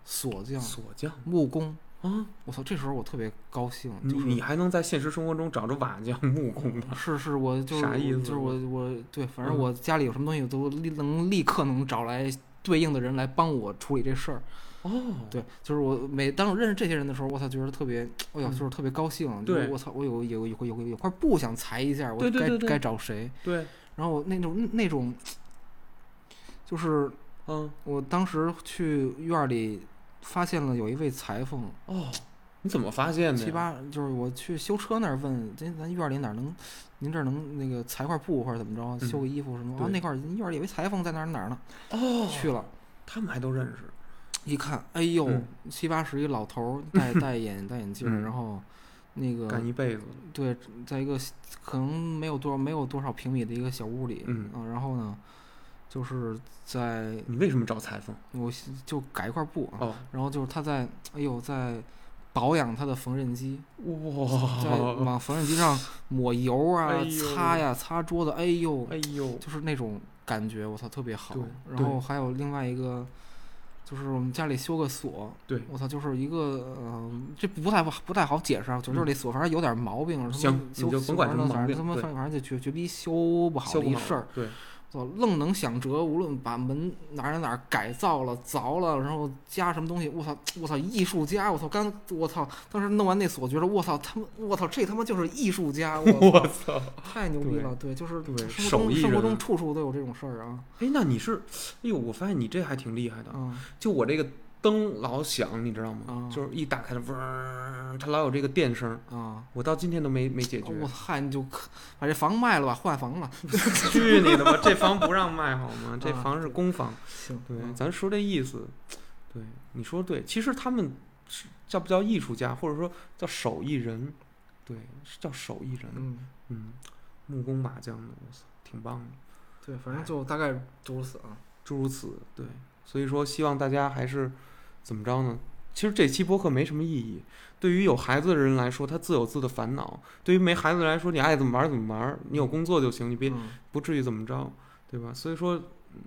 锁匠、锁匠木工，啊，我操，这时候我特别高兴，你就是你还能在现实生活中找着瓦匠、木工的，是是，我就是啥我意思啊就是我我对，反正嗯我家里有什么东西，我都立能立刻能找来对应的人来帮我处理这事儿。哦，对，就是我每当我认识这些人的时候，我操，觉得特别，哎呦，嗯就是特别高兴。对就是我操，我有有有有有有块布想裁一下，我对对对对该该找谁？对，然后那种那种，就是嗯，我当时去院儿里发现了有一位裁缝，哦，你怎么发现的呀？七八就是我去修车那儿问，这咱院儿里哪儿能，您这儿能那个裁块布或者怎么着，嗯修个衣服什么？哦，对那块儿您院儿里有一裁缝在哪儿哪儿呢？哦，去了，他们还都认识，一看，哎呦，嗯七八十一老头儿， 戴戴眼戴眼镜儿，嗯然后那干个一辈子了。对，在一个可能没有多没有多少平米的一个小屋里，啊嗯然后呢，就是在你为什么找裁缝？我就改一块布啊，哦，然后就是他在，哎呦，在保养他的缝纫 机。在哇，往缝纫机上抹油啊、哎呦擦呀、擦桌子，哎呦，哎呦，就是那种感觉，我操，特别好对。然后还有另外一个，就是我们家里修个锁，对我操，就是一个，嗯，这不太不太好解释啊，就就是这锁反正有点毛病，他妈嗯行修你就修甭管完什么了反毛正病他妈对反反正就绝绝逼修不好修的不一好事儿，对， 我操，愣能想辙，无论把门哪儿哪儿改造了、凿了，然后加什么东西，我操，我操，艺术家，我操，刚我操，当时弄完那锁，觉得我操，他们，我操，这他妈就是艺术 家，我我操，操。太牛逼了，对，就是对生活手中艺生活人中处处都有这种事儿啊，哎，那你是，哎呦，我发现你这还挺厉害的。嗯，就我这个灯老响，你知道吗？啊就是一打开它，嗡儿，它老有这个电声儿，啊，我到今天都没没解决。我嗨，你就可把这房卖了吧，换房了， 去你的吧！这房不让卖好吗？这啊房是公房。行，对，嗯咱说这意思，对，你说对。其实他们是叫不叫艺术家，或者说叫手艺人？对，是叫手艺人。嗯，嗯，木工麻将的，我操，挺棒的。对，反正就大概如此啊，诸如此，对，所以说希望大家还是怎么着呢？其实这期播客没什么意义，对于有孩子的人来说，他自有自的烦恼；对于没孩子的人来说，你爱怎么玩儿怎么玩儿，你有工作就行，你别嗯不至于怎么着，对吧？所以说，嗯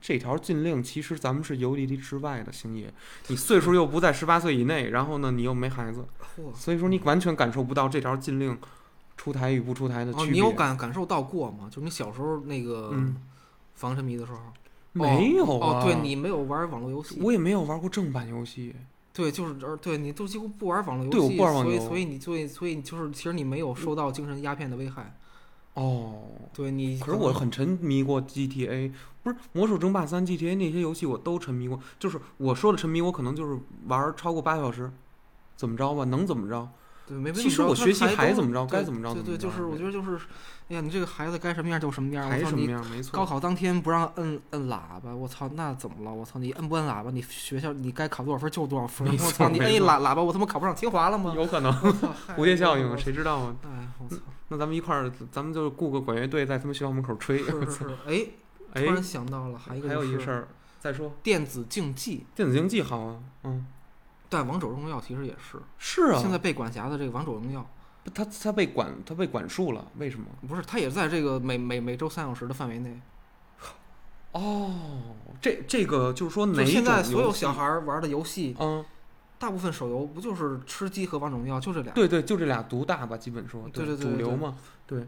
这条禁令其实咱们是游离之外的星爷，你岁数又不在十八岁以内，然后呢，你又没孩子，嚯所以说你完全感受不到这条禁令出台与不出台的哦，区别。你有感感受到过吗？就是你小时候那个嗯防沉迷的时候。没有啊？哦，对你没有玩网络游戏，我也没有玩过正版游戏。对，就是而对你都几乎不玩网络游戏，对我不玩网所以游所以你所以所以你就是其实你没有受到精神鸦片的危害，哦，对你可是我很沉迷过 GTA，不是《魔兽争霸三》、GTA 那些游戏我都沉迷过。就是我说的沉迷，我可能就是玩儿超过八小时，怎么着吧，能怎么着？对没没其怎么实着我他学习还还都怎么着对该怎么着对怎么对，就着是我觉得就是，哎呀，你这个孩子该什么样就什么哎样。我还操什么你样？没错，高考当天不让摁摁喇叭，我操，那怎么了？我操，你摁不摁喇叭？你学校你该考多少分就多少分。没我错操，你没摁一错喇喇叭，我他妈考不上清华了吗？有可能我操嗨蝴蝶效我应，谁知道啊？哎，我操！那咱们一块儿，咱们就雇个管乐队在他们学校门口吹。是是是，哎，哎突，然想到了，还有一个还有一就个是事儿，再说电子竞技，电子竞技好啊，嗯，但王者荣耀其实也是，是啊，现在被管辖的这个王者荣耀，他他被管他被管束了，为什么？不是它也在这个每每每周三小时的范围内，哦，这这个就是说哪就一现种在所游有戏小孩玩的游戏，嗯，大部分手游不就是吃鸡和王者荣耀就这俩？对对，就这俩独大吧，基本说对对对主对流对嘛，对，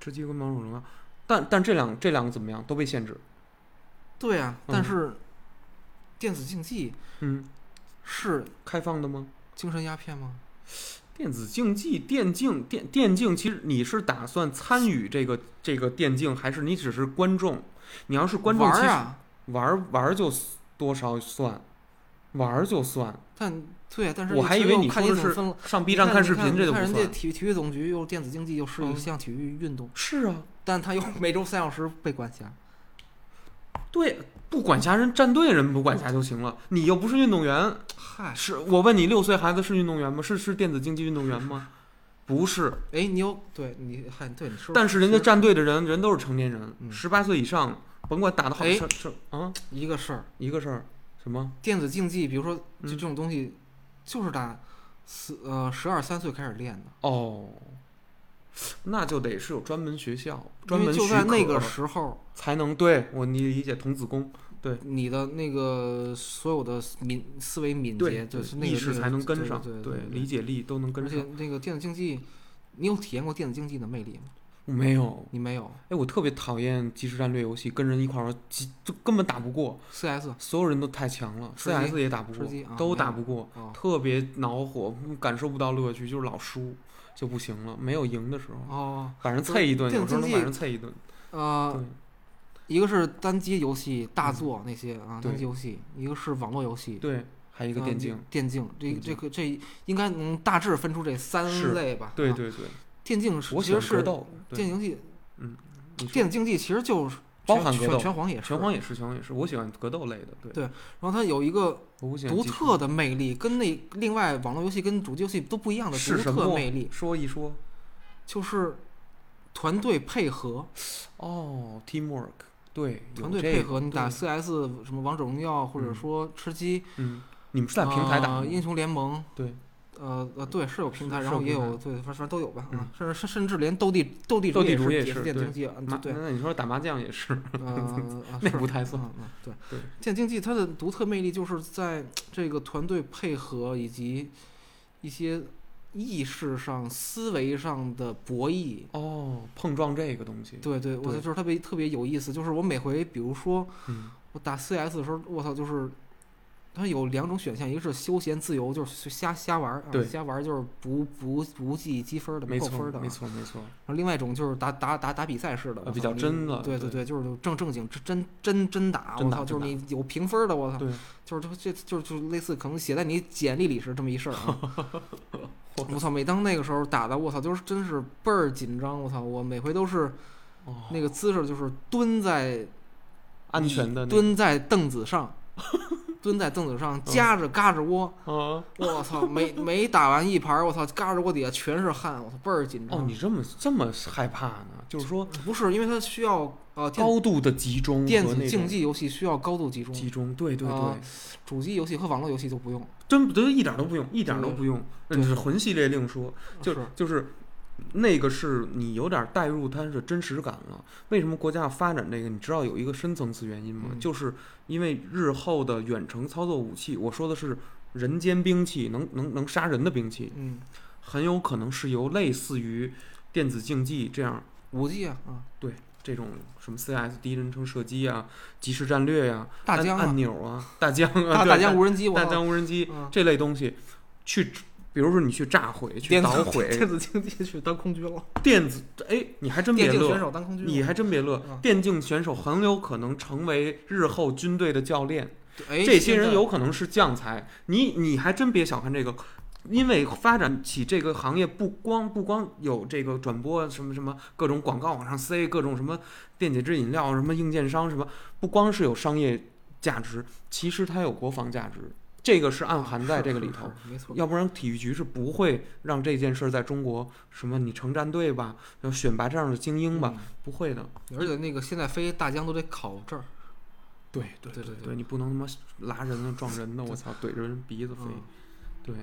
吃鸡跟王者荣耀，但但这两这两个怎么样都被限制，对呀、嗯但是电子竞技嗯，是开放的吗？精神鸦片吗？电子竞技、电竞、电电竞，其实你是打算参与这个这个电竞，还是你只是观众？你要是观众，玩其儿实啊，玩儿玩儿就多少算，玩儿就算。但对啊，但是我你还其以实为又你看说的你怎么是分了。上 B 你站看看你视频，你这就不看人家算。体育体育总局又电子竞技又是嗯一项体育运动，是啊，但他又每周三小时被管辖。对，不管辖人，战队人不管辖就行了。你又不是运动员，嗨，是我问你，六岁孩子是运动员吗？是是电子竞技运动员吗？不是，哎，你有对你嗨，对你说，但是人家其实战队的人，人都是成年人，嗯十八岁以上，甭管打的好哎是是啊，一个事儿，一个事儿，什么？电子竞技，比如说就嗯这种东西，就是打十呃十二三岁开始练的，哦，那就得是有专门学校，专因为门就许在那可个时候，才能对我你理解童子功，你的那个所有的敏思维敏对捷，就是那个意识才能跟上，对对理解力都能跟而且上。那个电子竞技，你有体验过电子竞技的魅力吗？我没有，你没有哎，我特别讨厌即时战略游戏，跟人一块儿玩，急就根本打不过， ，CS 所有人都太强了吃鸡，CS 也打不过吃鸡啊，都没打有不过，哦特别恼火，感受不到乐趣，就是老输就不行了，没有赢的时候，哦，把人啐一顿，电有时候能竞技把人啐一顿。呃，对，一个是单机游戏大作那些啊，对单机游戏；一个是网络游戏，对，还有一个呃电竞，，电竞这电竞这个这应该能大致分出这三是类吧？对啊，对对，电竞是我其喜实欢格是斗，电对，竞技，你说电子竞技其实就是包拳含格拳斗拳皇也是，拳皇也是，拳皇也是，我喜欢格斗类的，对对然后它有一个我不喜欢独即时特的魅力，跟那另外网络游戏跟主机游戏都不一样的是独什特么魅力，说一说就是团队配合，哦，teamwork，对，有团队这配个合，你打对 CS 什么王者荣耀，或者嗯说吃鸡，嗯，你们是在平台打呃的吗英雄联盟，对，呃呃，对，是有平台，是是然有后也平台有对，反反正都有吧，嗯啊，甚至甚甚至连斗地斗地斗地主也也是是电对竞技，嗯麻对，那你说打麻将也 是，呃，啊那是不太算嗯嗯对，对电竞技它的独特魅力就是在这个团队配合以及一些意识上、思维上的博弈。哦，碰撞这个东西，对对，我对就是特别特别有意思，就是我每回比如说嗯，我打 CS 的时候，我操，就是它有两种选项，一个是休闲自由，就是瞎瞎玩儿，对啊、瞎玩儿就是不不不计积分儿的，不没扣分错，儿的啊。没错，没错，然后另外一种就是打打打打比赛式的，呃我比操较你真了对对对对，就是正正经真真真打，真我打操，真就是你有评分儿的，我操对，就是这这就是就类似可能写在你简历里是这么一事儿啊。 我操！每当那个时候打的，我操，就是真是倍儿紧张。我操，我每回都是哦，那个姿势，就是蹲在安全的那蹲在凳子上，蹲在凳子上夹嗯着嘎吱窝，啊，我操，每每打完一盘儿，我操，嘎吱窝底下全是汗，我操，倍儿紧哦，张你。这么这么害怕呢？就是说不是，因为它需要呃电高度的集中电嗯和子那竞种技游戏需要高度集中，集中，对对对啊，主机游戏和网络游戏就不用。真不，一点都不用，一点都对不用，那嗯对哦是魂系列另说，就是就是那个是你有点带入它的真实感了。为什么国家要发展这个？你知道有一个深层次原因吗？嗯就是因为日后的远程操作武器，我说的是人间兵器，能能能杀人的兵器，嗯，很有可能是由类似于电子竞技这样五 G 啊，啊，这种什么 CS 第一人称射击啊、即时战略呀、大按疆啊按，钮啊、大疆啊、大对大疆无人机，我大操，疆无人机嗯这类东西去比如说你去炸毁、去电捣子毁电子竞技去当空军了，电子，哎，你还真别电竞选乐，手当空军了，你还真别乐嗯，电竞选手很有可能成为日后军队的教练。哎这些现人在有可能是将才。你你还真别小看这个，因为发展起这个行业，不光不光有这个转播什么什么各种广告往上塞，各种什么电解质饮料、什么硬件商什么，不光是有商业价值，其实它有国防价值，这个是暗含在是这个是里头。是没错，要不然体育局是不会让这件事儿在中国什么你成战队吧，要选拔这样的精英吧，嗯。不会的。而且那个现在飞大疆都得考证儿，对对对对对对，你不能他妈拉人啊、撞人的，我对操，怼着人鼻子飞。嗯对，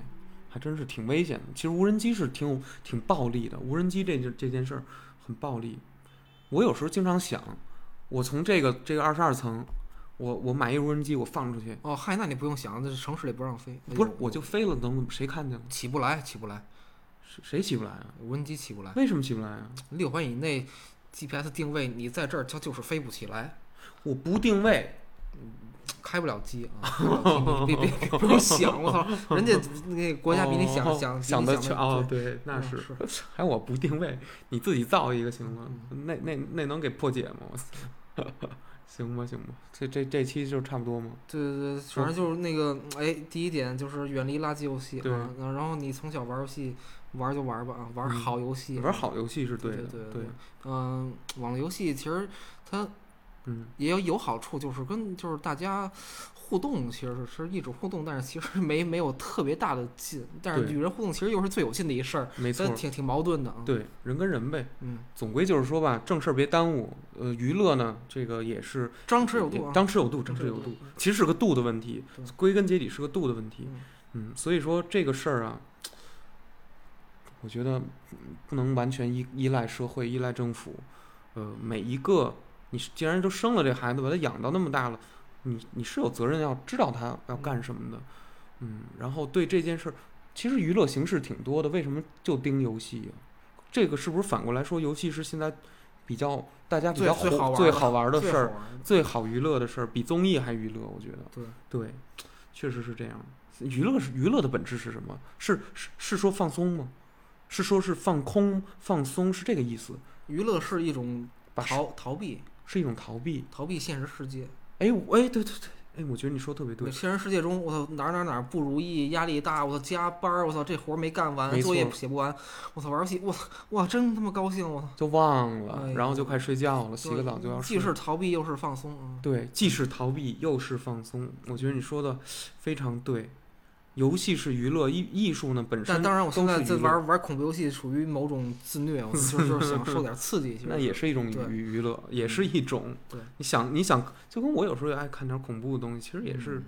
还真是挺危险的。其实无人机是挺有挺暴力的，无人机这件这件事儿很暴力。我有时候经常想，我从这个这个二十二层，我我买一无人机，我放出去，哦，嗨，那你不用想，这城市里不让飞，哎不是呦我就飞了，能怎么谁看见了？起不来，起不来，谁谁起不来啊？无人机起不来，为什么起不来啊？六环以内 GPS 定位，你在这儿它就是飞不起来，我不定位，开不了机啊，开不了机，别别 别不用想，我操，人家那个国家比你想哦想想的全哦，对，那嗯是是。嗯还我不定位，你自己造一个行吗？那那那能给破解吗？我操！ 行吧行吧，这这这期就差不多吗？对对对，反正就是那个，哎，第一点就是远离垃圾游戏对啊，然后你从小玩游戏，玩就玩吧啊，玩嗯好游戏，玩，好游戏是对的，对对，嗯，网络游戏其实它嗯，也有有好处，就是跟就是大家互动，其实是是一种互动，但是其实没没有特别大的劲，但是对与人互动其实又是最有劲的一事儿，没错但，挺挺矛盾的啊。，对，人跟人呗，嗯，总归就是说吧，正事儿别耽误，呃，娱乐呢，这个也是张弛有度啊，当时有度，张张弛弛有有度度，其实是个度的问题对，归根结底是个度的问题，嗯嗯，所以说这个事儿啊，我觉得嗯不能完全依依赖社会，依赖政府，呃，每一个你是既然都生了这孩子，把他养到那么大了，你你是有责任要知道他要干什么的，嗯，然后对这件事儿，其实娱乐形式挺多的，为什么就盯游戏呀、这个是不是反过来说，游戏是现在比较大家比最较最火好玩最的好玩的最事好儿，玩儿最好娱乐的事儿，比综艺还娱乐，我觉得。对，对，确实是这样。娱乐是娱乐的本质是什么？是是是说放松吗？是说是放空、放松，是这个意思？娱乐是一种把逃逃避是一种逃避？逃避现实世界，哎，我哎，对对对，哎，我觉得你说得特别对，现实世界中，我操哪儿哪儿哪儿不如意，压力大，我操加班儿，我操这活儿没干完，没作业错写不完，我操玩儿游戏，我操哇真他妈高兴，我操，就忘了，哎然后就快睡觉了，洗对个澡就要睡既。是逃避又是放松，嗯对，既是逃避又是放松，我觉得你说的非常对。游戏是娱乐，艺艺术呢本但身当然，我现都在是在娱乐玩玩恐怖游戏，属于某种自虐，我 就是就是想受点刺激。其实那也是一种对嗯娱娱乐，也是一种。对你想，你想，就跟我有时候也爱看点恐怖的东西，其实也是嗯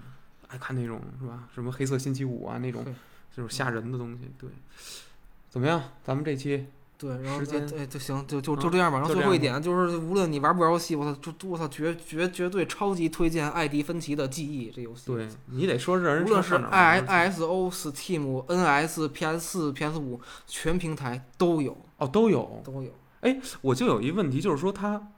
爱看那种是吧？什么黑色星期五啊那种是，就是吓人的东西。对，怎么样？咱们这期对，然后时间哎哎，就行，就就嗯就这样吧。然后就最这后一样点就是，无论你玩不玩游戏，我操，就就我操，绝绝绝对超级推荐爱迪芬奇的《记忆》这游戏。 对你得说让人无论是上哪 i 儿玩 i s o Steam、NS、PS 4 PS 5全平台都有哦都有。都有。我就有一问题，就是说他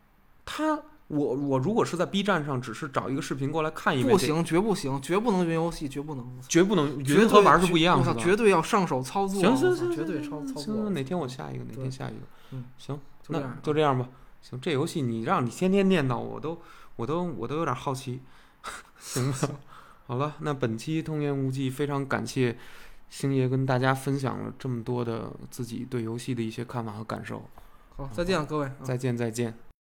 他我我如果是在 B 站上，只是找一个视频过来看一遍，不，行，绝不行，绝不能云游戏，绝不能。绝不能绝云对和玩是不一绝样我的操，。绝对要上手操作。行我行操行，绝对行超操行作。哪天我下一个，哪对天下一个。嗯，行。就这那样，就这样吧。行，这游戏你让你天天念叨，我都我都我都有点好奇。 行吧，好了，那本期《通言无忌》非常感谢星爷跟大家分享了这么多的自己对游戏的一些看法和感受。好，再见，各位。啊再见，再见。